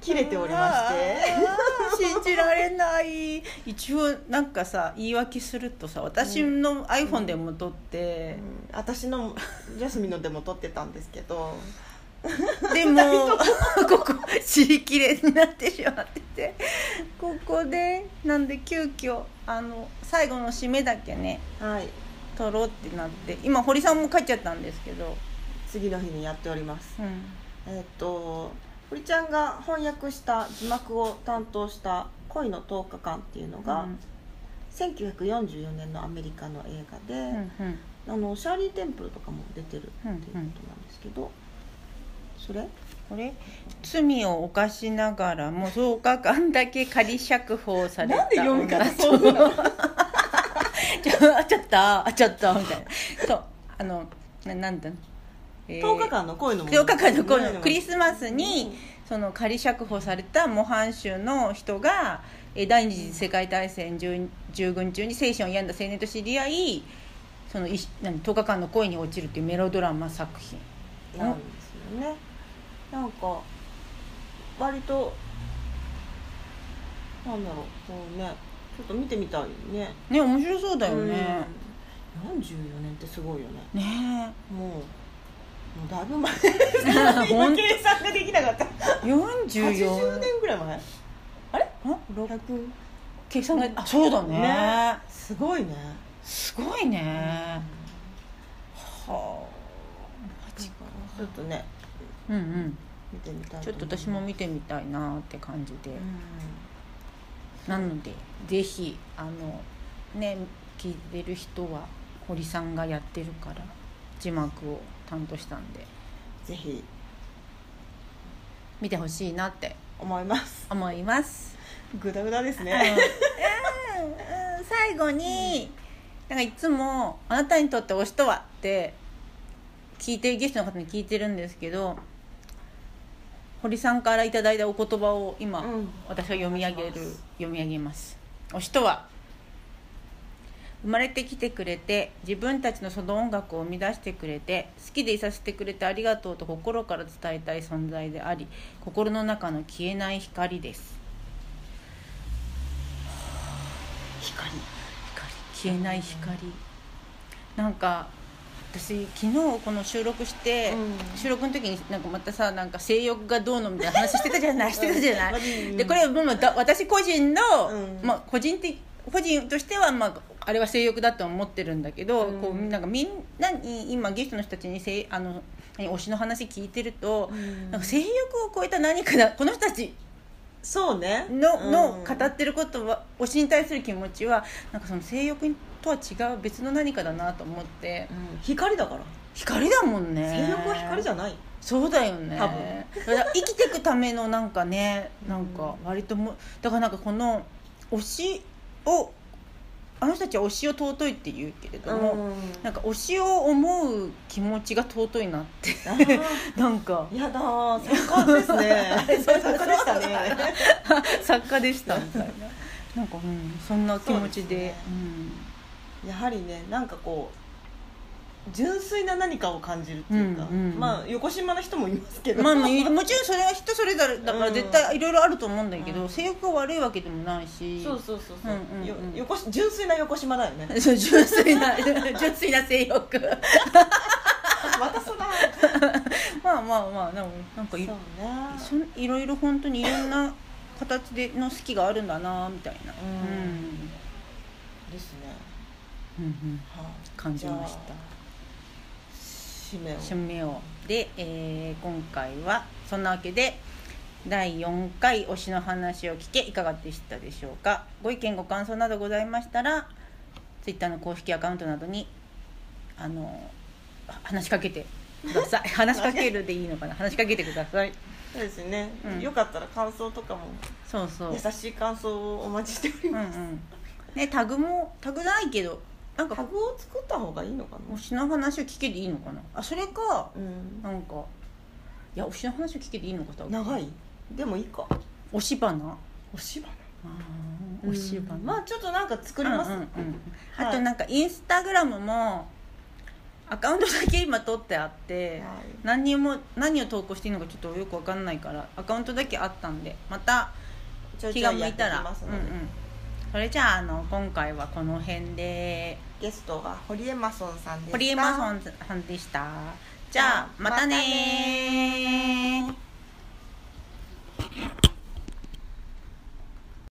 S2: 切れておりまして
S1: て信じられない一応なんかさ言い訳するとさ私の iPhone でも撮って、
S2: 私のジャスミンのでも撮ってたんですけど
S1: で もここ尻切れになってしまっててここでなんで急遽あの最後の締めだけね
S2: はい
S1: 撮ろうってなって今堀さんも帰っちゃったんですけど、
S2: 次の日にやっております
S1: うん、
S2: えーっと堀ちゃんが翻訳した字幕を担当した「恋の10日間」っていうのが、
S1: うん
S2: 1944年のアメリカの映画で、
S1: うんうん
S2: あのシャーリー・テンプルとかも出てるっていうことなんですけど、それ
S1: これ罪を犯しながらも10日間だけ仮釈放された
S2: なんで読み方
S1: 女
S2: そうなの
S1: ちょあちょっとあちょっとみたいなそうあのななんだ、えー
S2: 10日間の恋の物
S1: 10
S2: 語
S1: 日間のこのクリスマスにその仮釈放された模範囚の人がえー第二次世界大戦従従軍中に精神を病んだ青年と知り合いそのい何10日間の恋に落ちるっていうメロドラマ作品
S2: なんですよねなんか割となんだろうこうねちょっと見てみたいよね
S1: ね面白そうだよね、
S2: うん44年ってすごいよね
S1: ね
S2: もうもうだい ぶ前
S1: え
S2: 今
S1: 本
S2: 計算ができなかった
S1: 当44
S2: 80年ぐらい前
S1: あ
S2: 600
S1: 計算があそうだね
S2: ねすごいね
S1: すごいね、はあマジか
S2: ちょっとね
S1: うんうん
S2: 見てみたい
S1: ちょっと私も見てみたいなって感じで、
S2: う
S1: なのでぜひあのね聞いてる人は堀さんがやってるから字幕を担当したんで
S2: ぜひ
S1: 見てほしいなって
S2: 思います
S1: 思います、
S2: グダグダです
S1: うん
S2: ね
S1: うんうん最後に、なんかいつも「あなたにとって推しとは?」って聞いてるゲストの方に聞いてるんですけど堀さんからいただいたお言葉を今、
S2: うん
S1: 私が読み上げる
S2: お願いします
S1: 読み上げます推しとは生まれてきてくれて自分たちのその音楽を生み出してくれて好きでいさせてくれてありがとうと心から伝えたい存在であり心の中の消えない光です
S2: 光
S1: 消えない光なんか私昨日この収録して、
S2: うん
S1: 収録の時になんかまたさなんか性欲がどうのみたいな話してたじゃないしてたじゃない、
S2: うん
S1: でこれはもうだ私個人の、
S2: うん
S1: まあ、個人的個人としては、まあ、あれは性欲だと思ってるんだけど、
S2: うん
S1: こうなんかみんなに今ゲストの人たちにせいあの何推しの話聞いてると、
S2: うん
S1: なんか性欲を超えた何かだこの人たち
S2: そうね
S1: のの
S2: うん
S1: 語ってることは推しに対する気持ちはなんかその性欲とは違う別の何かだなと思って
S2: うん光だから
S1: 光だもんね
S2: 性欲は光じゃない
S1: そうだよね
S2: 多分
S1: だから生きていくためのなんかねなんか割ともだからなんかこの推しをあの人たちは推しを尊いって言うけれども、 なんか推しを思う気持ちが尊いなって
S2: あー
S1: なん か
S2: やだー最高で すね最高でしたね
S1: 作家でしたみたいななんか、うん、そんな気持ち
S2: そうです
S1: で
S2: ね やはりねなんかこう純粋な何かを感じるっていうか、
S1: うんうん
S2: まあ横島な人もいます
S1: う
S2: けど、
S1: ん、まあまあいもちろんそれは人それぞれだから
S2: うん
S1: 絶対いろいろあると思うんだけど、
S2: うん
S1: 性欲が悪いわけでもないし
S2: そうそうそうそう,
S1: うんうんうん
S2: よ横し純粋な横島だよね
S1: そう純粋 な純粋な性欲
S2: またそだ
S1: まあまあまあでもなんか
S2: そう
S1: い
S2: ね
S1: そんいろいろ本当にいろんな形での好きがあるんだなみたいな、
S2: うんですね、
S1: うんうん
S2: はい
S1: 感じまし
S2: じ
S1: た
S2: ゃあ締めを
S1: 締めようで、えー今回はそんなわけで第4回推しの話を聞けいかがでしたでしょうかご意見ご感想などございましたら Twitter の公式アカウントなどにあの話しかけてくだ さい話しかけるでいいのかな話しかけてください
S2: そうですね、
S1: うん
S2: よかったら感想とかも
S1: そうそう
S2: 優しい感想をお待ちしており
S1: うんう
S2: ます、
S1: んねタグもタグないけどなん
S2: タ
S1: か
S2: グを作った方がいいのか
S1: 推
S2: な
S1: しの話を聞けでいいのかなあそれか
S2: うん
S1: なんかいや推しの話を聞けでいいのか多分
S2: 長いでもいいか
S1: 推し花
S2: お芝居
S1: お芝居
S2: まあちょっとなんか作りま
S1: う
S2: す、
S1: んうんうん
S2: はい
S1: あとなんかインスタグラムもアカウントだけ今取ってあって、
S2: はい
S1: 何にも何を投稿していいのかちょっとよくわかんないからアカウントだけあったんでまた
S2: ちょい
S1: 気
S2: ちょ
S1: が
S2: い
S1: 向
S2: やっ
S1: い
S2: てい
S1: た
S2: き
S1: ら
S2: ます
S1: う
S2: の
S1: ん
S2: で、
S1: うんそれじゃああの今回はこの辺で
S2: ゲストが堀エマソンさんでした
S1: ホリエマソンさんでしたじゃあまたねー